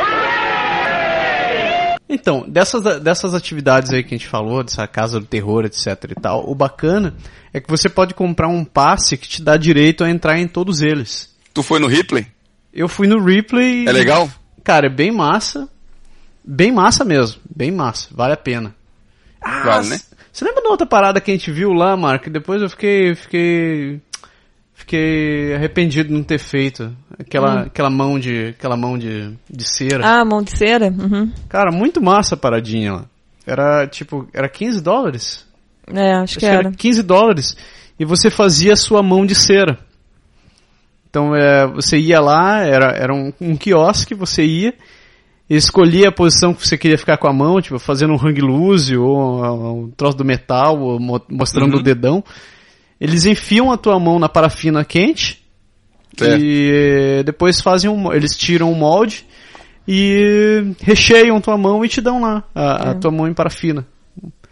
Então, dessas, dessas atividades aí que a gente falou, dessa casa do terror, etc e tal, o bacana é que você pode comprar um passe que te dá direito a entrar em todos eles. Tu foi no Ripley? Eu fui no Ripley. e- É legal? Cara, é bem massa. Bem massa mesmo. Bem massa. Vale a pena. Ah, Vale, né? Você lembra da outra parada que a gente viu lá, Marco? Depois eu fiquei. Fiquei. Fiquei arrependido de não ter feito. Aquela, aquela mão de. Aquela mão de, de É. cera. Ah, mão de cera? Uhum. Cara, muito massa a paradinha lá. Era tipo, era 15 dólares? É, acho que Acho era. 15 dólares. E você fazia a sua mão de cera. Então é, você ia lá, era, era um, um quiosque, você ia, escolhia a posição que você queria ficar com a mão, tipo, fazendo um hang loose, ou uh, um troço do metal, ou mo- mostrando o dedão. Eles enfiam a tua mão na parafina quente, É. e depois fazem um, eles tiram o molde e recheiam tua mão e te dão lá a, a tua mão em parafina.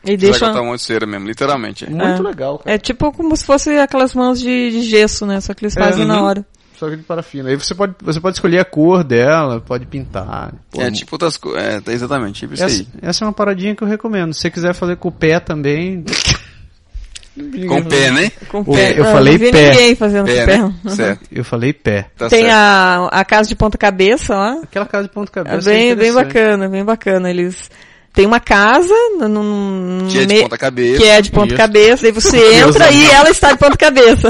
E Deixa... deixa. Vai um monte de cera mesmo, literalmente. é. Muito legal, cara. É tipo como se fosse aquelas mãos de, de gesso, né? Só que eles É, fazem na uhum. hora. Só que de parafina. Aí você pode, você pode escolher a cor dela, pode pintar. Pô, É tipo outras coisas. É, tá exatamente, tipo isso essa, aí. essa é uma paradinha que eu recomendo. Se você quiser fazer com o pé também. Com o pé, né? Com O- pé. eu Ah, falei não vi pé. ninguém fazendo Pé, com pé. Uhum. né? Certo. Eu falei pé. Tá Tem certo. a, a casa de ponta-cabeça lá. Aquela casa de ponto É cabeça. bem, bem bacana, bem bacana. Eles têm uma casa no, no- Que é de me- ponta-cabeça. é que é de ponta cabeça, daí você entra e ela está de ponta cabeça.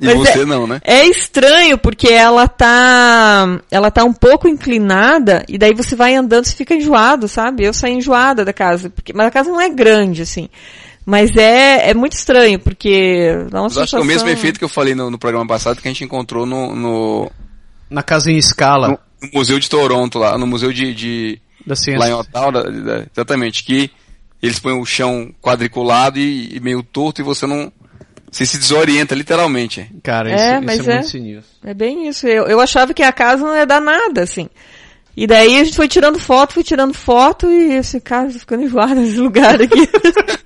E Mas você é- não, né? É estranho porque ela tá, ela tá um pouco inclinada e daí você vai andando e fica enjoado, sabe? Eu saí enjoada da casa, porque, mas a casa não é grande assim. Mas é, é muito estranho porque dá uma Mas acho que é o mesmo sensação- efeito que eu falei no, no programa passado que a gente encontrou no- no, Na casa em escala no, no Museu de Toronto lá, no Museu de, de da lá em ciência. Ottawa, da- da- exatamente, que eles põem o chão quadriculado e, e meio torto e você não você se desorienta literalmente. Cara, É, isso isso mas é, é. muito sinistro. É bem isso. Eu, eu achava que a casa não ia dar nada, assim. E daí a gente foi tirando foto, foi tirando foto e esse cara tô ficando enjoado nesse lugar aqui.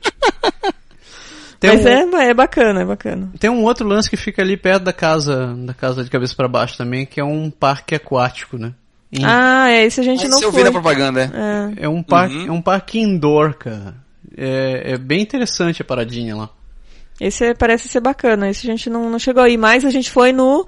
Tem Mas um- é, é bacana, é bacana. Tem um outro lance que fica ali perto da casa, da casa de cabeça pra baixo também, que é um parque aquático, né? Em- Ah, é, isso a gente Mas não se eu foi. vi na propaganda, é. É. É um parque, Uhum. é um parque indoor, cara. É, é bem interessante a paradinha lá. Esse é- parece ser bacana. Esse a gente não, não chegou aí, mas a gente foi no.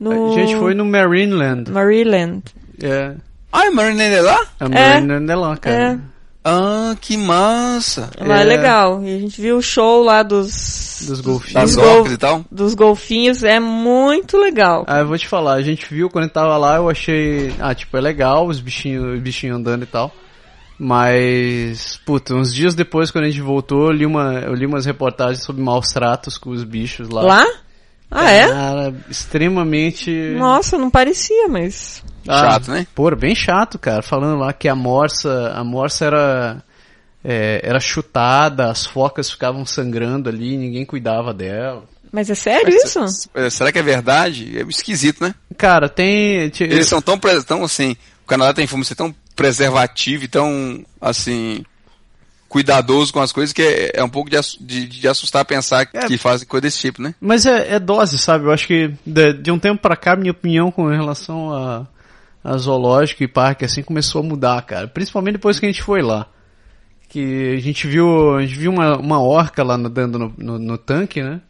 no... A gente foi no Marineland. Maryland. É, Ah, é Marinelli lá? a Marineland é lá, cara. Ah, que massa. Lá é. É. legal. E a gente viu o show lá dos. Dos golfinhos. Dos, Das Gol- orcas e gol... tal. dos golfinhos. É muito legal. Ah, eu vou te falar, a gente viu quando tava lá, eu achei, ah, tipo, é legal os bichinhos, os bichinhos andando e tal. Mas, puta, uns dias depois quando a gente voltou, eu li uma, eu li umas reportagens sobre maus tratos com os bichos lá. Lá? Ah, é? Cara, extremamente. Nossa, não parecia, mas. Ah, Chato, né? Pô, era bem chato, cara. Falando lá que a morsa, a morsa era, é, era chutada, as focas ficavam sangrando ali, ninguém cuidava dela. Mas é sério isso? É, Será que é verdade? É esquisito, né? Cara, tem. ti- Eles são tão, pre- tão assim. O Canadá tem fome de ser tão preservativo e tão, assim, cuidadoso com as coisas que é, é um pouco de, assu- de, de assustar pensar É. que fazem coisa desse tipo, né? Mas é, é dose, sabe? Eu acho que de, de um tempo pra cá, minha opinião com relação a, a zoológico e parque assim começou a mudar, cara. Principalmente depois que a gente foi lá. Que a gente viu, a gente viu uma, uma orca lá nadando no, no, no tanque, né?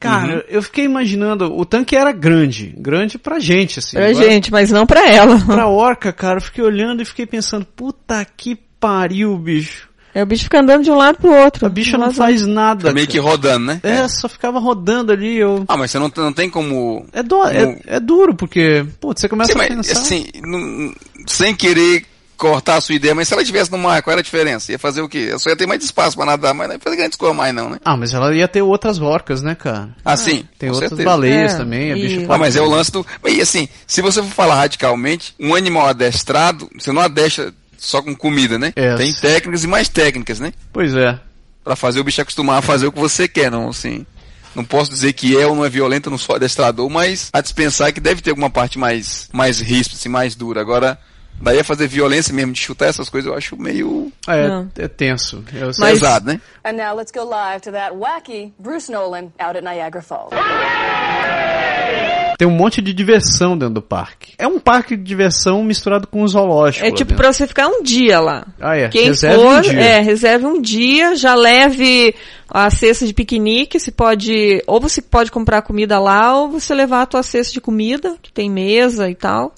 Cara, eu fiquei imaginando, o tanque era grande, grande pra gente, assim. Pra Agora, gente, mas não pra ela. Pra orca, cara, eu fiquei olhando e fiquei pensando, puta que pariu, bicho. É, o bicho fica andando de um lado pro outro. A bicha De um não lado- faz nada. Tá meio que cara. rodando, né? É, só ficava rodando ali, eu... Ah, mas você não, não tem como. É, dó- é, é duro, porque, putz, você começa Sim, a mas, pensar. assim, não- sem querer cortar a sua ideia, mas se ela estivesse no mar, qual era a diferença? Ia fazer o quê? Eu só ia ter mais espaço pra nadar, mas não ia fazer grandes coisas mais, não, né? Ah, mas ela ia ter outras orcas, né, cara? Assim, Tem com outras certeza. baleias É, também, a e- bicha Ah, Ah, mas é o lance do. E assim, se você for falar radicalmente, um animal adestrado, você não adestra só com comida, né? É. Tem técnicas e mais técnicas, né? Pois é. Pra fazer o bicho acostumar a fazer o que você quer, não, assim. Não posso dizer que é ou não é violento, eu não sou adestrador, mas a dispensar é que deve ter alguma parte mais, mais ríspida, assim, mais dura. Agora, daí a fazer violência mesmo, de chutar essas coisas, eu acho meio Não. É, é tenso. Eu sei. Mas- pesado, né? And now let's go live to that wacky Bruce Nolan out at Niagara Falls. Tem um monte de diversão dentro do parque. É um parque de diversão misturado com um zoológico. É lá tipo dentro. pra você ficar um dia lá. Ah, é. Quem Reserve for, um dia. é, reserve um dia, já leve a cesta de piquenique, se pode, ou você pode comprar comida lá, ou você levar a tua cesta de comida, que tem mesa e tal.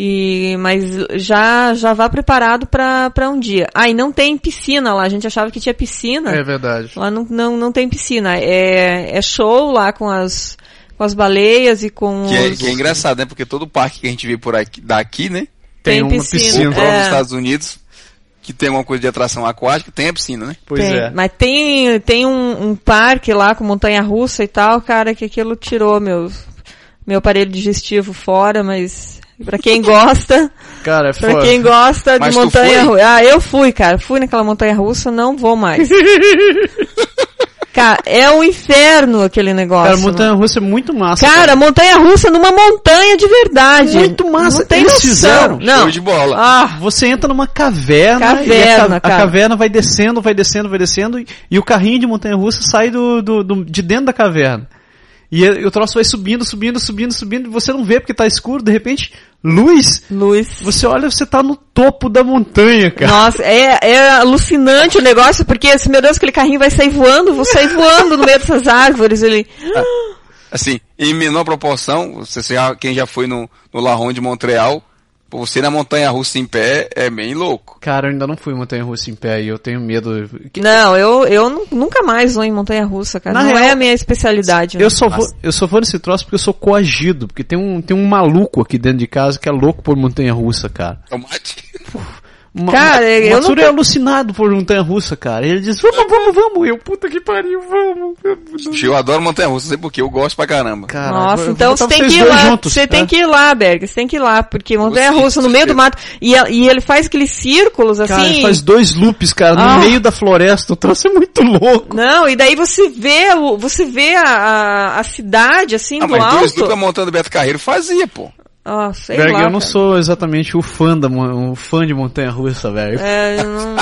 E, mas já, já vá preparado pra, pra um dia. Ah, e não tem piscina lá, a gente achava que tinha piscina. É verdade. Lá não, não, não tem piscina. É, é show lá com as, com as baleias e com Que é, os... que é engraçado, né? Porque todo parque que a gente vê por aqui, daqui, né? tem uma piscina. piscina. Ou prova É. dos Estados Unidos, que tem alguma coisa de atração aquática, tem a piscina, né? Pois tem, é. Mas tem, tem um, um parque lá com montanha russa e tal, cara, que aquilo tirou meu, meu aparelho digestivo fora, mas pra quem gosta, Cara, é pra foda. quem gosta de Mas tu montanha foi? russa. Ah, eu fui, cara, fui naquela montanha russa, não vou mais. cara, é um inferno aquele negócio. Cara, mano. montanha russa é muito massa. né? Cara, montanha russa numa montanha de verdade. Muito massa, Não tem eles noção. fizeram. um Não. Show de bola. Ah, Você entra numa caverna, Caverna, e a, ca- a cara. caverna vai descendo, vai descendo, vai descendo, e, e o carrinho de montanha-russa sai do, do- do- de dentro da caverna. E, é, e o troço vai subindo, subindo, subindo, subindo, e você não vê porque tá escuro, de repente, luz, Luiz. você olha, você tá no topo da montanha, cara. Nossa, é, é alucinante o negócio, porque, assim, meu Deus, aquele carrinho vai sair voando, vou sair voando no meio dessas árvores. Ele, Ah. Assim, em menor proporção, você você já, quem já foi no, no La Ronde de Montreal, pô, você na montanha russa em pé é bem louco. Cara, eu ainda não fui em montanha-russa em pé e eu tenho medo. Que- não, eu, eu nu- nunca mais vou em montanha russa, cara. Na não real, é a minha especialidade. né? Eu só, vou, eu só vou nesse troço porque eu sou coagido, porque tem um, tem um maluco aqui dentro de casa que é louco por montanha-russa, cara. É um Tomate. Ma Cara, Ma- eu Matsuro nunca- é alucinado por montanha russa, cara. Ele diz: Vamos, vamos, vamos. Eu, puta que pariu, vamos. vamos." Eu adoro montanha russa, não sei porquê, eu gosto pra caramba. Cara, Nossa, eu vou então botar você tem vocês que ir dois lá. juntos, Você tem né? que ir lá, Berg. Você tem que ir lá, porque montanha russa no meio do mato. E, a- e ele faz aqueles círculos, assim. Cara, ele faz dois loops, cara, no Ah. meio da floresta. O troço é muito louco. Não, e daí você vê, o- você vê a, a, a cidade, assim, Ah, do mas dois dupla alto. montando Beto Carreiro fazia, pô. Ah, sei Berg, lá, eu não cara. sou exatamente o fã, da, mon- o fã de montanha russa, velho. É, eu não,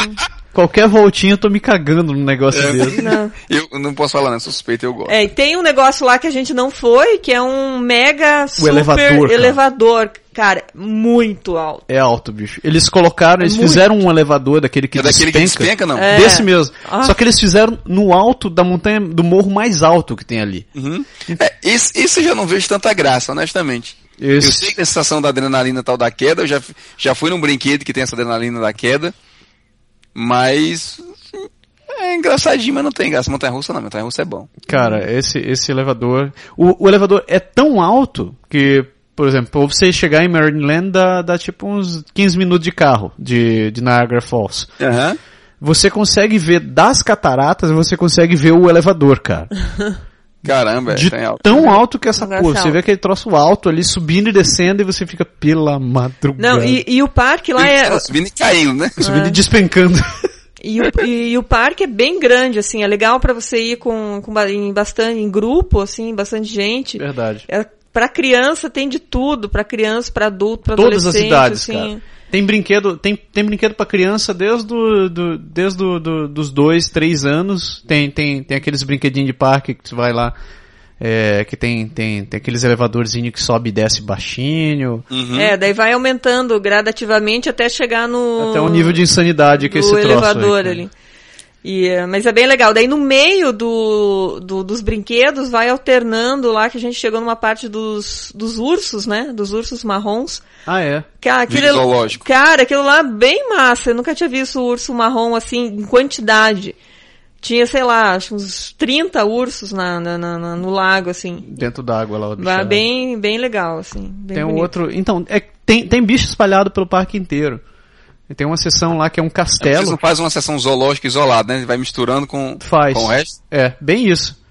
Qualquer voltinha eu tô me cagando num negócio desse. É. não. Eu eu não posso falar, não, suspeito, eu gosto. É, e tem um negócio lá que a gente não foi, que é um mega super elevador, cara. elevador, cara, muito alto. É alto, bicho. Eles colocaram, eles É muito. fizeram um elevador daquele que é daquele que despenca, não. É. Desse mesmo. Ah. Só que eles fizeram no alto da montanha, do morro mais alto que tem ali. Uhum. É, esse, esse eu já não vejo tanta graça, honestamente. Esse- Eu sei que tem a sensação da adrenalina tal da queda, eu já, fi- já fui num brinquedo que tem essa adrenalina da queda, mas assim, é engraçadinho, mas não tem graça. Montanha russa não, montanha russa é bom. Cara, esse, esse elevador. O, o elevador é tão alto que, por exemplo, pra você chegar em Maryland dá, dá tipo uns 15 minutos de carro de, de Niagara Falls. Aham. Você consegue ver das cataratas, você consegue ver o elevador, cara. Caramba, é, De tem alto. tão alto que essa Negócio porra. Você alto. vê aquele troço alto ali subindo e descendo e você fica pela madrugada. Não, e, Ah. e o parque lá é Tá Subindo e caindo, né? Subindo e despencando. e o, e o parque é bem grande assim, é legal pra você ir com, com ba- em bastante em grupo assim, bastante gente. Verdade. É, pra criança tem de tudo, pra criança, pra adulto, pra Todas as adolescente, idades, assim. cara. Tem brinquedo, tem, tem brinquedo pra criança desde, do, do- desde do, do- dos dois, três anos. Tem, tem, tem aqueles brinquedinhos de parque que você vai lá, é, que tem, tem, tem aqueles elevadorzinhos que sobe e desce baixinho. Uhum. É, daí vai aumentando gradativamente até chegar no Até o nível de insanidade que do esse troço aí, elevador cara. ali. E, eh, mas é bem legal. Daí no meio do, do- dos brinquedos vai alternando lá que a gente chegou numa parte dos, dos ursos, né? Dos ursos marrons. Ah, é. Cara, Vídeo zoológico. cara, aquilo lá é bem massa. Eu nunca tinha visto um urso marrom assim em quantidade. Tinha, sei lá, acho uns 30 ursos na, na- na- na- no lago, assim. Dentro d'água lá. o bicho Vai é- Bem, bem legal, assim. Bem Tem um bonito. outro. Então, é, tem, tem bicho espalhado pelo parque inteiro. Tem uma sessão lá que é um Vocês castelo. não fazem uma sessão zoológica isolada, né? Vai misturando com, Faz. com o resto. É, bem isso.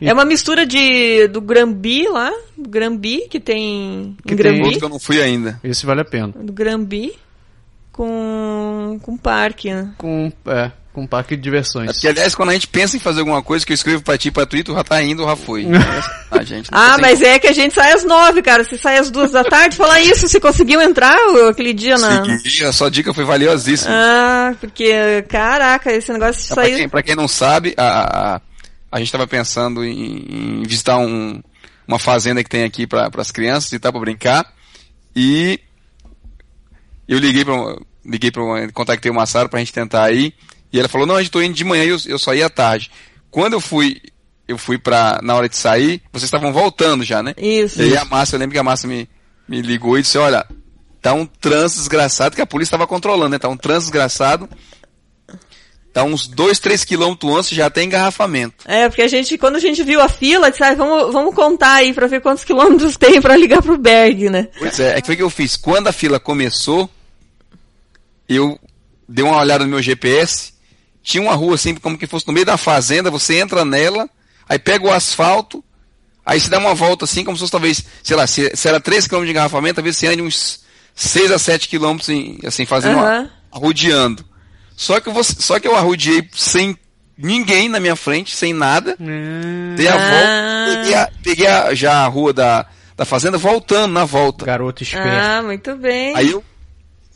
É uma mistura de do Grambi lá, do Grambi que tem Que em tem- Grambi, Outro que eu não fui ainda. Esse vale a pena. do Grambi com com parque, né? Com, é, com um parque de diversões. É porque, aliás, quando a gente pensa em fazer alguma coisa que eu escrevo pra ti, pra tu, e tu já tá indo ou já foi. a gente não Ah, tem mas é que a gente sai às nove, cara. Se sai às duas da tarde, falar isso, se conseguiu entrar eu- aquele dia na. que seguir, a sua dica foi valiosíssima. Ah, porque, caraca, esse negócio de Pra sair. quem, pra quem não sabe, a- a, a, a gente estava pensando em, em visitar um, uma fazenda que tem aqui para as crianças e tal, para brincar. E eu liguei para liguei pra, uma- contactei o Massaro para a gente tentar ir. E ela falou: Não, a gente tô indo de manhã e eu, eu só ia à tarde. Quando eu fui, eu fui para na hora de sair, vocês estavam voltando já, né? Isso. E aí a Márcia, eu lembro que a Márcia me, me ligou e disse, olha, tá um trânsito desgraçado, que a polícia estava controlando, né? Tá um trânsito desgraçado. Tá uns 2, 3 quilômetros antes, já tem engarrafamento. É, porque a gente, quando a gente viu a fila, disse, ah, vamos, vamos contar aí pra ver quantos quilômetros tem pra ligar pro Berg, né? Pois é, é que foi o que eu fiz. Quando a fila começou, eu dei uma olhada no meu GPS, tinha uma rua assim, como que fosse no meio da fazenda, você entra nela, aí pega o asfalto, aí se dá uma volta assim, como se fosse talvez, sei lá, se, se era 3 km de engarrafamento, talvez você ande uns 6 a 7 km em, assim, fazendo uma, Aham. arrodeando. Só que, eu vou- só que eu arrodeei sem ninguém na minha frente, sem nada. Dei a Ah. volta, peguei, a- peguei a- já a rua da, da fazenda, voltando na volta. Garoto esperto. Ah, muito bem. Aí eu.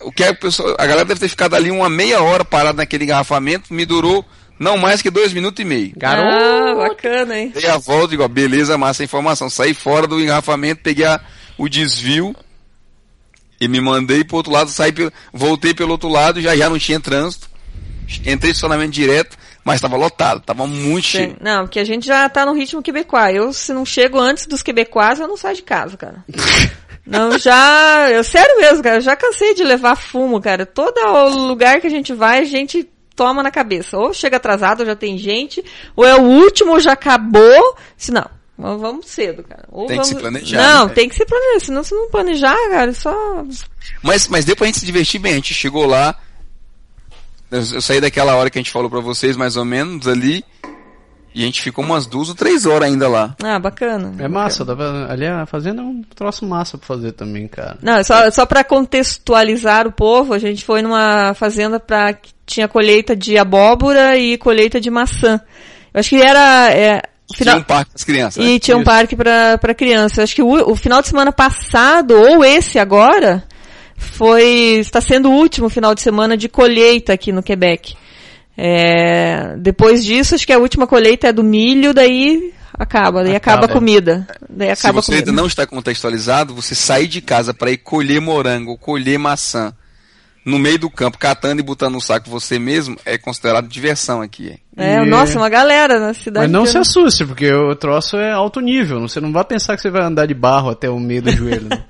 O que é que o pessoal- a galera deve ter ficado ali uma meia hora parada naquele engarrafamento, me durou não mais que dois minutos e meio. Ah, bacana, hein? Dei a volta e digo, ó, beleza, massa a informação. Saí fora do engarrafamento, peguei a- o desvio e me mandei pro outro lado, saí pelo, voltei pelo outro lado, já, já não tinha trânsito. Entrei no estacionamento direto, mas estava lotado, estava muito Sim. cheio. Não, porque a gente já tá no ritmo quebecois. Eu, se não chego antes dos quebecois, eu não saio de casa, cara. Não, já. Eu, sério mesmo, cara. Eu já cansei de levar fumo, cara. Todo o lugar que a gente vai, a gente toma na cabeça. Ou chega atrasado, ou já tem gente. Ou é o último, ou já acabou. Se não, v- vamos cedo, cara. Ou Tem que vamos... se planejar, Não, né? tem que se planejar. Senão, se não planejar, cara, é só. Mas, mas deu pra gente se divertir bem, a gente chegou lá. Eu, eu saí daquela hora que a gente falou pra vocês, mais ou menos, ali. E a gente ficou umas duas ou três horas ainda lá. Ah, bacana. É massa, dá pra- ali a fazenda é um troço massa pra fazer também, cara. Não, é só, só para contextualizar o povo, a gente foi numa fazenda pra, que tinha colheita de abóbora e colheita de maçã. Eu acho que era. É, Tinha final... um parque pras crianças. né? E tinha um Isso. parque pra pra criança. Eu acho que o, o final de semana passado, ou esse agora, foi. está sendo o último final de semana de colheita aqui no Quebec. É, depois disso, acho que a última colheita é do milho, daí acaba, daí acaba, Acaba. a comida. Daí é. Se acaba a você ainda comida. não está contextualizado, você sair de casa para ir colher morango, colher maçã, no meio do campo, catando e botando no saco você mesmo, é considerado diversão aqui. hein? É, E- nossa, uma galera na cidade. Mas não se inteira. assuste, porque o troço é alto nível. Você não vai pensar que você vai andar de barro até o meio do joelho. né?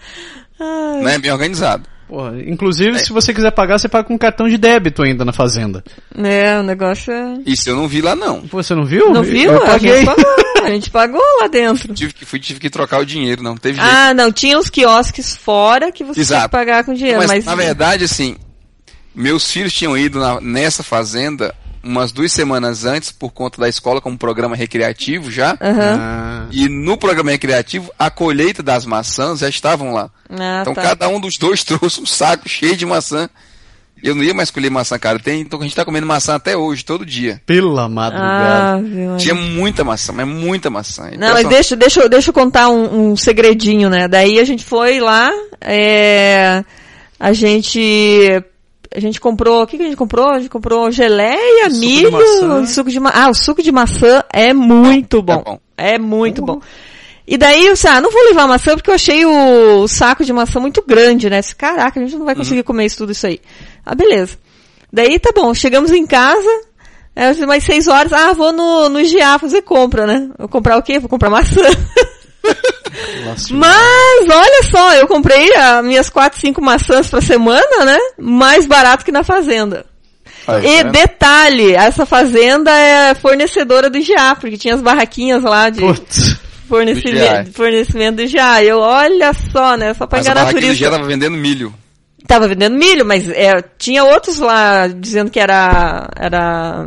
Não é bem organizado. Porra, inclusive, se você quiser pagar, você paga com cartão de débito ainda na fazenda. É, o negócio é... Isso eu não vi lá não. Pô, você não viu? Não viu? Eu a, paguei. gente pagou, a gente pagou lá dentro. Tive que, fui, tive que trocar o dinheiro, não teve jeito. Ah, não, tinha os quiosques fora que você tinha Exato. que pagar com dinheiro, mas, É, mas... na verdade, assim, meus filhos tinham ido na- nessa fazenda umas duas semanas antes por conta da escola como programa recreativo já. Aham. Ah, E no programa recreativo, a colheita das maçãs já estavam lá. Ah, Então tá. cada um dos dois trouxe um saco cheio de maçã. Eu não ia mais colher maçã, cara. Tem, então a gente tá comendo maçã até hoje, todo dia. pela Ah, madrugada. viu? Tinha muita maçã, mas muita maçã. Então, Não, mas deixa, deixa, eu- deixa eu contar um, um segredinho, né? Daí a gente foi lá, é, a gente a gente comprou, o que, que a gente comprou? A gente comprou geleia, Suco de milho, maçã. suco de maçã. Ah, o suco de maçã é muito bom. bom. É muito bom. E daí eu disse, ah, não vou levar maçã porque eu achei o, o saco de maçã muito grande, né? Disse, Caraca, a gente não vai conseguir comer isso tudo isso aí. Ah, beleza. Daí tá bom, chegamos em casa, é, assim, mais seis horas, ah, vou no, no IGA fazer compra, né? Vou comprar o quê? Vou comprar maçã. Nossa, Mas, olha só, eu comprei as minhas quatro, cinco maçãs pra semana, né? Mais barato que na fazenda. tá né? e detalhe, essa fazenda é fornecedora do IGA, porque tinha as barraquinhas lá de Putz. fornecimento, IGA. fornecimento do IGA. Eu, olha só, né? Só pra Mas a enganar barraquinha do turista. Gia tava vendendo milho. Tava vendendo milho, mas é, tinha outros lá dizendo que era, era.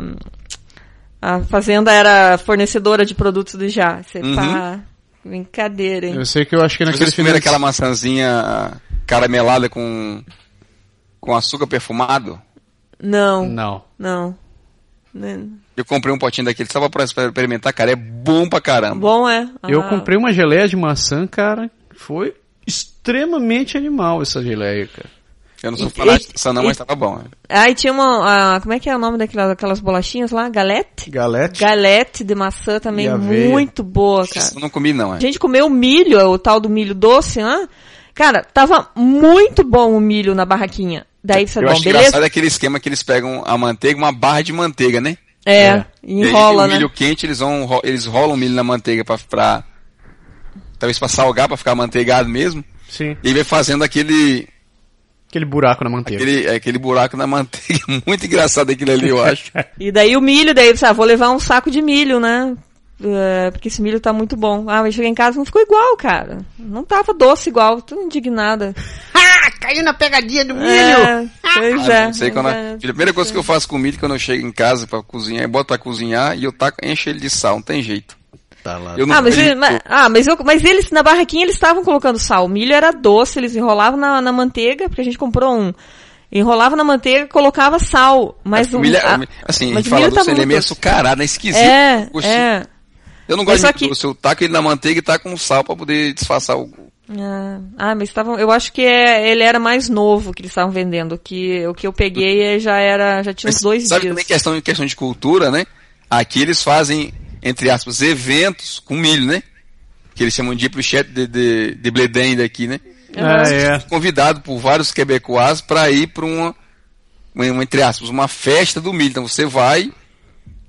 A fazenda era fornecedora de produtos do Já. Você Uhum. pá, brincadeira, hein? Eu sei que eu acho que naquele Vocês final. comeram aquela maçãzinha caramelada com, com açúcar perfumado? Não, não. Não. Né? Eu comprei um potinho daquele só pra- pra experimentar, cara. É bom pra caramba. Bom é. Eu Ah, comprei uma geleia de maçã, cara. Foi extremamente animal essa geleia, cara. Eu não sou E- fanático e- dessa não, e- mas tava bom. né? Ah, e tinha uma. ah, como é que é o nome daquelas, daquelas bolachinhas lá? Galete? Galete. Galete de maçã também E aveia. muito boa, cara. Isso eu não comi não, é. A gente comeu milho, o tal do milho doce, né? Cara, tava muito bom o milho na barraquinha. Daí você Eu bom, acho beleza? engraçado aquele esquema que eles pegam a manteiga, uma barra de manteiga, né? É, É. e enrola, e aí, o né? milho quente, eles, vão, ro- eles rolam o milho na manteiga pra, pra... Talvez pra salgar, pra ficar manteigado mesmo. Sim. E vai fazendo aquele, Aquele buraco na manteiga. aquele, é, aquele buraco na manteiga. Muito engraçado aquilo ali, eu acho. E daí o milho, daí você, ah, vou levar um saco de milho, né? É, porque esse milho tá muito bom. Ah, mas cheguei em casa não ficou igual, cara. Não tava doce igual, tô indignada. ah, caiu na pegadinha do milho! pois é. Ah, não sei quando- pois é. Filho, A primeira coisa que eu faço com milho quando eu chego em casa pra cozinhar, eu boto pra cozinhar e eu taco, encho ele de sal, não tem jeito. Tá lá. Eu não Ah, mas, tenho- ele- ma- ah, mas, eu- mas eles, na barraquinha, eles estavam colocando sal. O milho era doce, eles enrolavam na, na manteiga, porque a gente comprou um. Enrolava na manteiga e colocava sal. Mas um o o milho, a- assim, a mas gente o fala milho doce, tava ele é muito meio doce. açucarado, é esquisito. É, o gostinho. é. Eu não Mas gosto só de que- doce, eu taco ele na manteiga e taco um sal pra poder disfarçar o... Ah, ah, mas estavam. Eu acho que é- ele era mais novo que eles estavam vendendo. O Que, o que eu peguei é, já era. Já tinha uns Mas dois sabe é dias. também questão, questão de cultura, né? Aqui eles fazem, entre aspas, eventos com milho, né? Que eles chamam de Ipluchete de, de, de Bledem daqui, né? Ah, é. Convidado por vários quebecois para ir para uma, uma- uma, entre aspas, uma festa do milho. Então você vai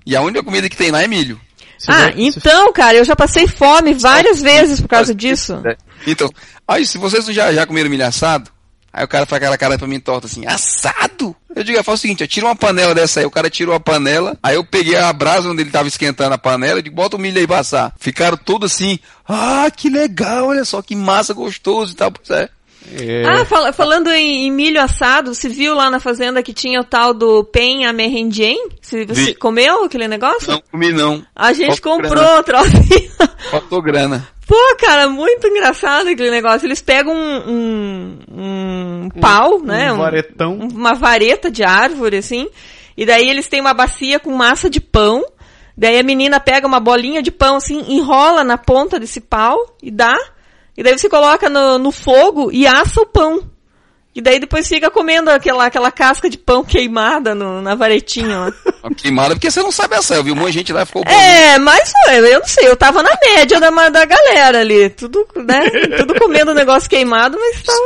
e a única comida que tem lá é milho. Você Ah, vai- você- então, cara, eu já passei fome várias vezes por causa disso. É. Então, aí se vocês não já, já comeram milho assado, aí o cara faz aquela cara pra mim torta assim, assado? Eu digo, eu faço o seguinte, eu tiro uma panela dessa aí, o cara tirou a panela, aí eu peguei a brasa onde ele tava esquentando a panela, eu digo, bota o milho aí pra assar. Ficaram todos assim, ah, que legal, olha só, que massa gostoso e tal, pois é. É. Ah, fala- falando em, em milho assado, você viu lá na fazenda que tinha o tal do penha merendien? Você, você Vi. comeu aquele negócio? Não comi não. A gente Faltou comprou grana. o trocinho. Faltou grana. Pô, cara, muito engraçado aquele negócio. Eles pegam um, um, um pau, né? Um varetão. um- uma vareta de árvore, assim. E daí eles têm uma bacia com massa de pão. Daí a menina pega uma bolinha de pão, assim, enrola na ponta desse pau e dá. E daí você coloca no, no fogo e assa o pão. E daí depois fica comendo aquela, aquela casca de pão queimada no- na varetinha, ó. Queimada, porque você não sabe assar, eu vi um monte de gente lá e ficou bom. É, mas ué, eu não sei, eu tava na média da, ma- da galera ali. Tudo, né? Tudo comendo negócio queimado, mas tava.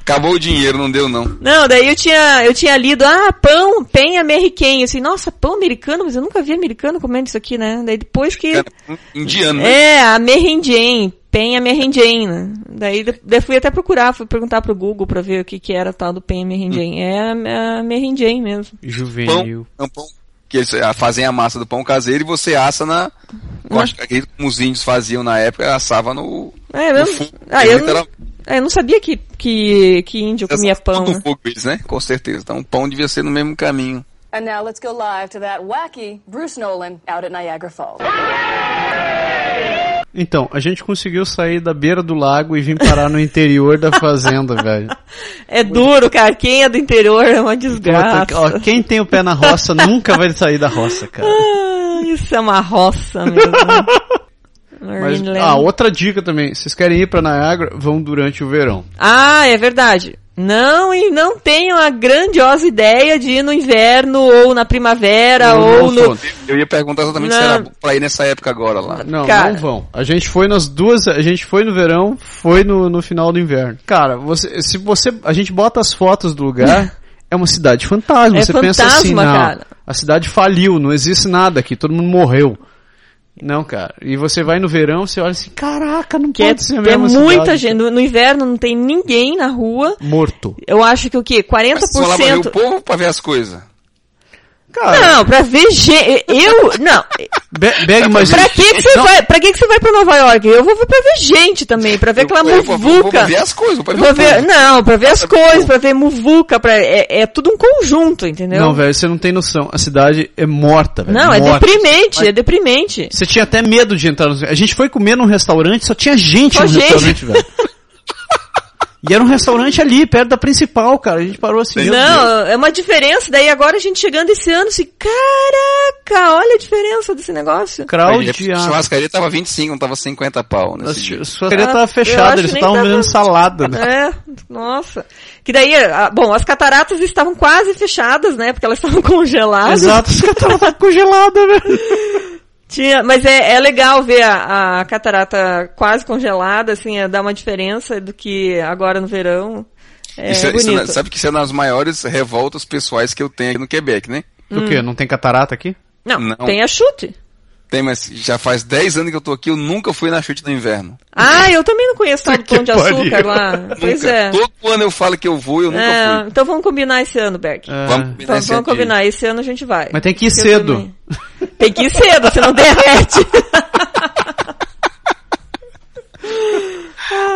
Acabou o dinheiro, não deu não. Não, daí eu tinha, eu tinha lido, ah, pão, penha americano. Assim, nossa, pão americano, mas eu nunca vi americano comendo isso aqui, né? Daí depois que. Cara, É indiano, né? É, a merendien, penha merendien, né? Daí, de- daí fui até procurar, fui perguntar pro Google pra ver o que que era tal do penha merendien. É a, a merendien mesmo. pão, Juvenil. é um pão que eles ah, fazem a massa do pão caseiro e você assa na. Eu acho que aquele que os índios faziam na época, assava no. É no mesmo? fogo. Ah, eu, não, Literalmente, ah, eu não sabia que, que, que índio comia assava pão, tudo né? no fogo eles, né? Com certeza. Então o pão devia ser no mesmo caminho. And now let's go live to that wacky Bruce Nolan out at Niagara Falls. Então, a gente conseguiu sair da beira do lago e vir parar no interior da fazenda, velho. É duro, cara. Quem é do interior é uma desgraça. Puta, ó, quem tem o pé na roça nunca vai sair da roça, cara. Ah, isso é uma roça mesmo. Mas, Marineland. ah, outra dica também. Vocês querem ir pra Niagara? Vão durante o verão. Ah, é verdade. Não, e não tenho a grandiosa ideia de ir no inverno ou na primavera Não, ou não no. vão. Eu ia perguntar exatamente se Não. era pra ir nessa época agora lá. Não, Cara. não vão. A gente foi nas duas, a gente foi no verão, foi no, no final do inverno. Cara, você, se você, a gente bota as fotos do lugar, é uma cidade fantasma. É você pensa assim, fantasma, não, cara. a cidade faliu, não existe nada aqui, todo mundo morreu. Não, cara. E você vai no verão, você olha assim, caraca, não Que é, pode ser é mesmo. muita gente. No, no inverno não tem ninguém na rua. morto. Eu acho que o quê? Mas vocês vão lá pra ver o 40%. povo ou pra ver as coisas. cara. Não, pra ver gente. Eu. Não. Be- Beg, mas. Pra que, que você Não, vai? Pra que, que você vai pra Nova York? Eu vou pra ver gente também, pra ver aquela eu, eu vou- vou- vou muvuca. ver as coisas, vou pra ver Pra o ver, povo. não, pra ver as pra ver o coisas, povo. pra ver muvuca, pra, é, é tudo um conjunto, entendeu? Não, velho, você não tem noção. A cidade é morta, velho. Não, é morta. deprimente, é deprimente. Você tinha até medo de entrar no... A gente foi comer num restaurante, só tinha gente Só no gente. restaurante, velho. E era um restaurante ali, perto da principal, cara. A gente parou assim. meu Deus. Não, é uma diferença. Daí agora a gente chegando esse ano, assim, caraca, olha a diferença desse negócio. Crowd, A ah, churrascaria tava 25, não tava 50 pau a nesse dia. churrascaria Ah, tava eu acho fechada, eles que nem estavam tava- vendendo salada. Né? É, nossa. Que daí, ah, bom, as cataratas estavam quase fechadas, né? Porque elas estavam congeladas. Exato, os caras tá congelada, velho. Tinha, mas é, é legal ver a, a catarata quase congelada, assim, é, dá uma diferença do que agora no verão. É Isso é- isso é- bonito. sabe que isso é uma das maiores revoltas pessoais que eu tenho aqui no Quebec, né? O quê? Não tem catarata aqui? não, não. tem a chute. Tem, mas já faz 10 anos que eu tô aqui, eu nunca fui na chute do inverno. Ah, eu também não conheço tal do Que pão de açúcar pariu. lá. Pois nunca. é. Todo ano eu falo que eu vou, eu nunca É, fui. Então vamos combinar esse ano, Berg. É. Vamos combinar Vamos, esse vamos ano de- combinar, esse ano a gente vai. Mas tem que ir Porque eu cedo. também- Tem que ir cedo, você não derrete.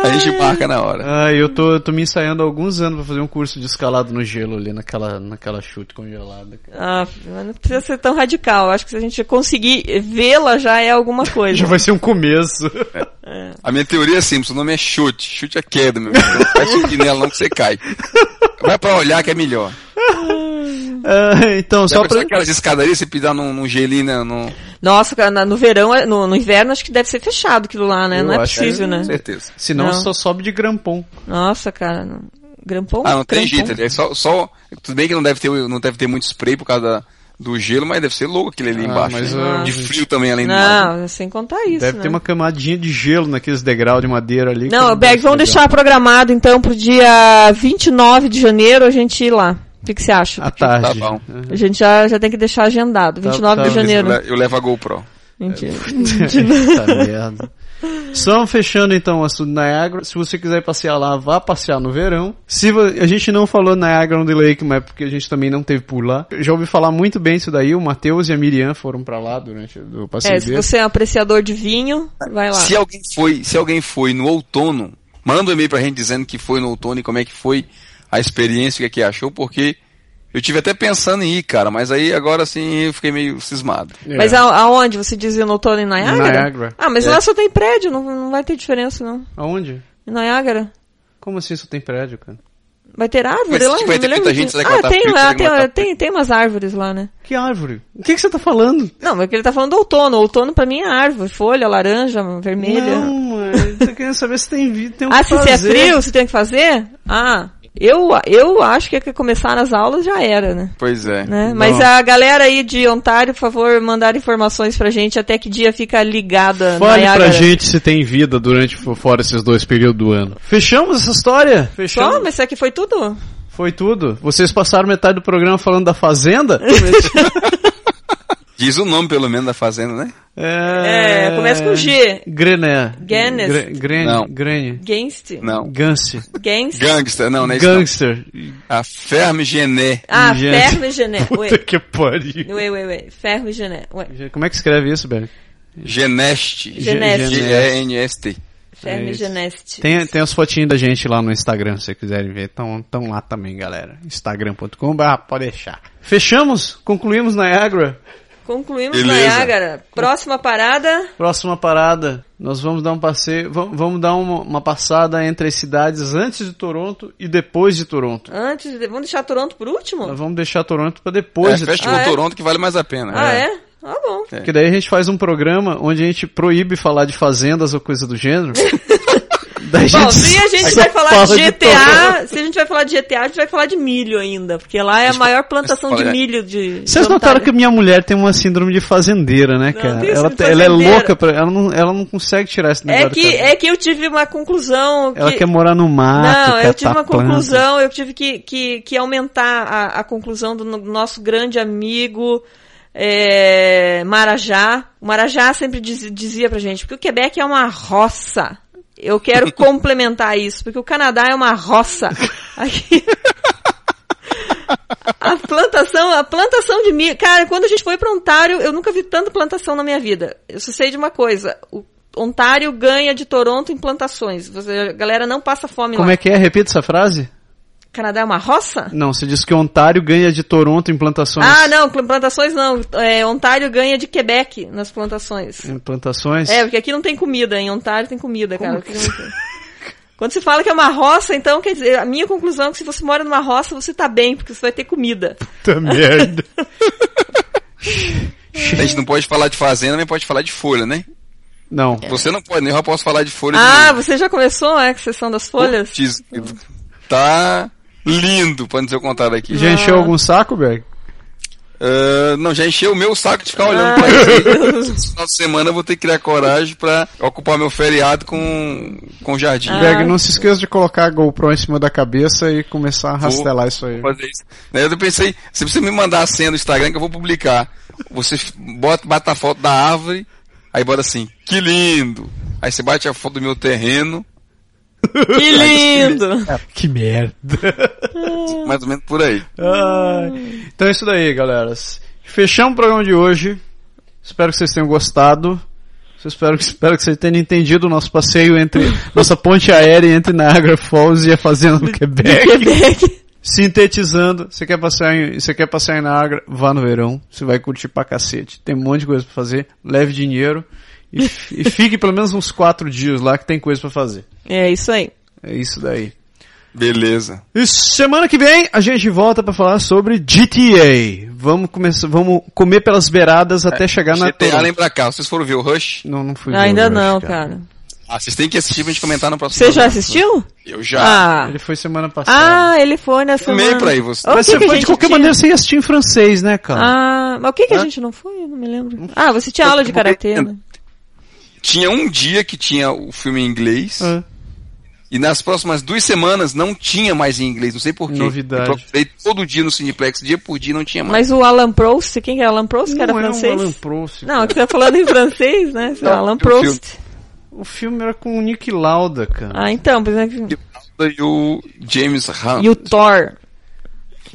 A gente marca na É. hora. Ah, eu tô, eu tô me ensaiando há alguns anos pra fazer um curso de escalado no gelo ali, naquela, naquela chute congelada. cara. Ah, mas não precisa ser tão radical. Acho que se a gente conseguir vê-la já é alguma coisa. Já vai ser um começo. A minha teoria é simples, o nome é chute. Chute é queda, meu filho. Não faz chute nela não que você cai. Vai pra olhar que é melhor. Ah, então, Já só pensou pra... aquelas escadarias, você pisar num, num gelinho, né? Num... Nossa, cara, na- no verão, é- no, no inverno, acho que deve ser fechado aquilo lá, né? Eu não é acho. possível, né? Com certeza. Senão Não. só sobe de grampom. Nossa, cara. não- Grampom? Ah, não tem grampom. jeito. Ali. É só, só... Tudo bem que não deve, ter, não deve ter muito spray por causa da- do gelo, mas deve ser louco aquele ali Ah, embaixo. mas, né? ah, De frio também, além do mais. Não, sem contar isso, Deve né? ter uma camadinha de gelo naqueles degraus de madeira ali. que Não, Berg, deve ser vamos legal. deixar programado, então, pro dia 29 de janeiro a gente ir lá. O que, que você acha? À tarde. É. Tá bom. A gente já, já tem que deixar agendado. 29 Ah. tá, de mas janeiro. né? Eu le- Eu levo a GoPro. Mentira. Puta merda. Só fechando então o assunto Niagara. Se você quiser passear lá, vá passear no verão. Se vo- a gente não falou Niagara on the Lake, mas é porque a gente também não teve por lá. Eu já ouvi falar muito bem isso daí. O Matheus e a Miriam foram pra lá durante o passeio É, se dele. você é um apreciador de vinho, vai lá. Se é alguém foi, se alguém foi no outono, manda um e-mail pra gente dizendo que foi no outono e como é que foi a experiência, o que, é que achou, porque eu tive até pensando em ir, cara, mas aí agora assim eu fiquei meio cismado. É. Mas um a- aonde? Você dizia no outono em Niágara? Niágara. Ah, mas É. lá só tem prédio, não, não vai ter diferença, não. Aonde? Em Niágara. Como assim só tem prédio, cara? Vai ter árvore Mas lá? vai Não ter me muita lembro gente, disso. será que vai Ah, tá tem frio, lá, será que vai tem, tá tem, tem umas árvores lá, né? Que árvore? O que, que você tá falando? Não, mas é que ele tá falando do outono. Outono pra mim é árvore, folha, laranja, vermelha. Não, mãe. Tô querendo saber se tem vídeo. Tem um o ah, que se você é fazer. frio, você tem que fazer? Ah, eu, eu acho que é que começar nas aulas já era, né? Pois é. Né? Mas a galera aí de Ontário, por favor, mandar informações pra gente até que dia fica ligada Fale Niágara. pra gente se tem vida durante fora esses dois períodos do ano. Fechamos essa história? Só, mas isso aqui foi tudo? Foi tudo. Vocês passaram metade do programa falando da fazenda? Diz o nome pelo menos da fazenda, né? É, começa com G. Grené. Guinness. Gre- Gren- Não. Grenhe. Gangster. Não. Ganse. Gangster. Gangster, não, não é isso. não. Gangster. A Ferme Gené. Ah, Gente. Ferro e Gené. Ué, Puta que pariu. ué, ué, ué. Ferro e Gené. Ué, Como é que escreve isso, Berg? Geneste. Geneste. G-E-N-S-T. Ferro É e isso. Geneste. Tem, tem as fotinhas da gente lá no Instagram, se vocês quiserem ver. Estão tão lá também, galera. Instagram.com, pode deixar. Fechamos? Concluímos Niagara? Concluímos Beleza. Niágara. Próxima parada. Próxima parada, nós vamos dar um passeio, va- vamos dar uma, uma passada entre as cidades antes de Toronto e depois de Toronto. Antes de... Vamos deixar Toronto por último? Nós vamos deixar Toronto pra É, depois de Festival Ah, é? Toronto que vale mais a pena. Ah, é? Tá bom. Porque daí a gente faz um programa onde a gente proíbe falar de fazendas ou coisa do gênero. daí Bom, se a gente vai falar fala de de GTA, se a gente vai falar de GTA, a gente vai falar de milho ainda, porque lá é a maior plantação de fala- milho de Vocês de notaram Ontário. que minha mulher tem uma síndrome de fazendeira, né, Não, cara? tem ela, síndrome te- ela é fazendeira. louca, pra, ela, não, ela não consegue tirar esse negócio. é da que cabeça. é que eu tive uma conclusão que tá Ela quer morar no mato, Não, eu catar tive uma planta. conclusão, eu tive que, que, que aumentar a, a conclusão do no- nosso grande amigo é, Marajá. O Marajá sempre diz- dizia pra gente, porque o Quebec é uma roça. Eu quero complementar isso, porque o Canadá é uma roça. Aqui, A plantação, a plantação de milho. Cara, quando a gente foi para Ontário, eu nunca vi tanta plantação na minha vida. Eu só sei de uma coisa. O Ontário ganha de Toronto em plantações. Você- a galera não passa fome Como lá. é que é? Repita essa frase. Canadá é uma roça? Não, você disse que Ontário ganha de Toronto em plantações. Ah, não, pl- plantações não. É, Ontário ganha de Quebec nas plantações. Em plantações? É, porque aqui não tem comida, em Ontário tem comida, cara. Aqui não tem. Quando se fala que é uma roça, então quer dizer, a minha conclusão é que se você mora numa roça, você tá bem, porque você vai ter comida. Tá Puta merda. A gente não pode falar de fazenda, nem pode falar de folha, né? Não. É. Você não pode, nem eu posso falar de folha Ah, você já começou é, a sessão das de novo. folhas? Putz, Tá lindo, pra não ser o contrário aqui. Já encheu algum saco, Berg? Ah, não, já encheu o meu saco de ficar olhando Ah. pra isso. Ai, Deus. Esse final de semana eu vou ter que criar coragem pra ocupar meu feriado com, com jardim. Ah. Berg, não se esqueça de colocar a GoPro em cima da cabeça e começar a Vou rastelar isso aí. fazer isso. Né, Eu pensei, se você me mandar a senha do Instagram que eu vou publicar, você f- bota, bate a foto da árvore, aí bota assim, que lindo. Aí você bate a foto do meu terreno, Que lindo! Que merda. mais ou menos por aí. Ai. Então é isso daí, galera. Fechamos o programa de hoje. Espero que vocês tenham gostado. Eu Espero, espero que vocês tenham entendido o nosso passeio entre nossa ponte aérea entre Niagara Falls e a fazenda do Quebec. Quebec. Sintetizando, você quer passar em, você quer passar em Niagara, vá no verão, você vai curtir pra cacete. Tem um monte de coisa pra fazer, leve dinheiro e, f- e fique pelo menos uns quatro dias lá que tem coisa pra fazer. É isso aí. É isso daí. Beleza. E semana que vem a gente volta pra falar sobre GTA. Vamos começar, vamos comer pelas beiradas até chegar na GTA Toronto. lembra cá, vocês foram ver o Rush? Não, não fui. ver Ainda o Rush, não, cara. Ah, vocês têm que assistir pra gente comentar no próximo Você já programa. assistiu? Eu já. Ah. Ele foi semana passada. Ah, ele foi nessa Filmei semana. pra aí você. O Mas que você que a foi de gente qualquer tinha? maneira você ia assistir em francês, né, cara? Ah, mas o que que a gente não foi? Eu não me lembro. Ah, você tinha Eu- aula de eu vou karatê, tentando. né? Tinha um dia que tinha o filme em inglês. Ah. E nas próximas duas semanas não tinha mais em inglês, não sei porquê. Novidade. Eu procurei todo dia no Cineplex, dia por dia não tinha mais. Mas o Alan Proust, quem que é Alan Proust? Que era não francês? é um Alan Proust. Não, que tá falando em francês, né? Sei lá, Não, Alan eu Proust. O é um filme era com o Nick Lauda, cara. Ah, então, por exemplo. E o James Hunt. E o Thor.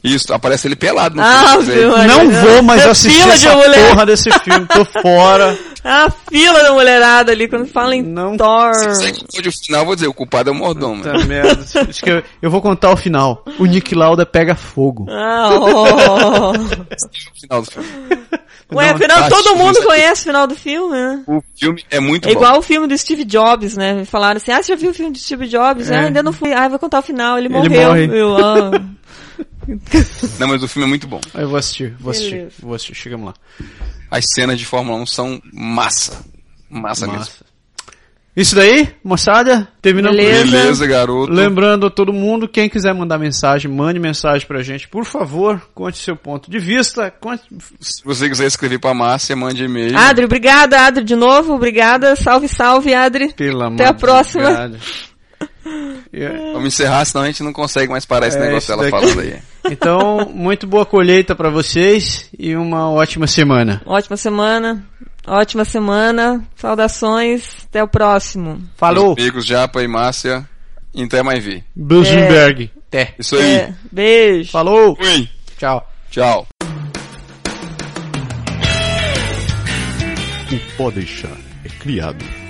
Isso, aparece ele pelado no Ah, filme, velho. viu? Olha, não olha. vou mais É assistir fila de essa mulher. porra desse filme, tô fora. Ah, A fila da mulherada ali, quando fala em Não. Thor. Se você contou de final, eu vou dizer, o culpado é o mordomo. Puta Ah, merda. Acho que eu, eu vou contar o final. O Nick Lauda pega fogo. Ah, oh. Esse é o final do filme. Ué, Não, afinal, tá, todo tipo, mundo isso aqui. conhece o final do filme, né? O filme é muito É bom. igual o filme do Steve Jobs, né? Me Falaram assim, ah, você já viu o filme do Steve Jobs? É. Ah, ainda não fui. Ah, vou contar o final, ele, Ele morreu. morre. Eu, ah. Não, mas o filme é muito bom. Aí eu vou assistir, vou assistir, Beleza. vou assistir, chegamos lá. As cenas de Fórmula 1 são massa. Massa, mesmo. Massa. Isso daí, moçada, terminamos. por Beleza. hoje. Beleza, garoto. Lembrando a todo mundo, quem quiser mandar mensagem, mande mensagem pra gente, por favor, conte seu ponto de vista, conte... Se você quiser escrever pra Márcia, mande e-mail. Adri, obrigada, Adri, de novo, obrigada. Salve, salve, Adri. Pela Até a próxima. madrugada. É, Vamos encerrar, senão a gente não consegue mais parar esse É, negócio isso dela daqui. falando aí. Então, muito boa colheita pra vocês e uma ótima semana. Ótima semana. Ótima semana. Saudações. Até o próximo. Falou, Amigos, Japa e Márcia. Até mais ver. Bloomberg. Até. Isso aí. É, beijo. Falou, Fui. tchau. Tchau. O Pó Deixar é criado,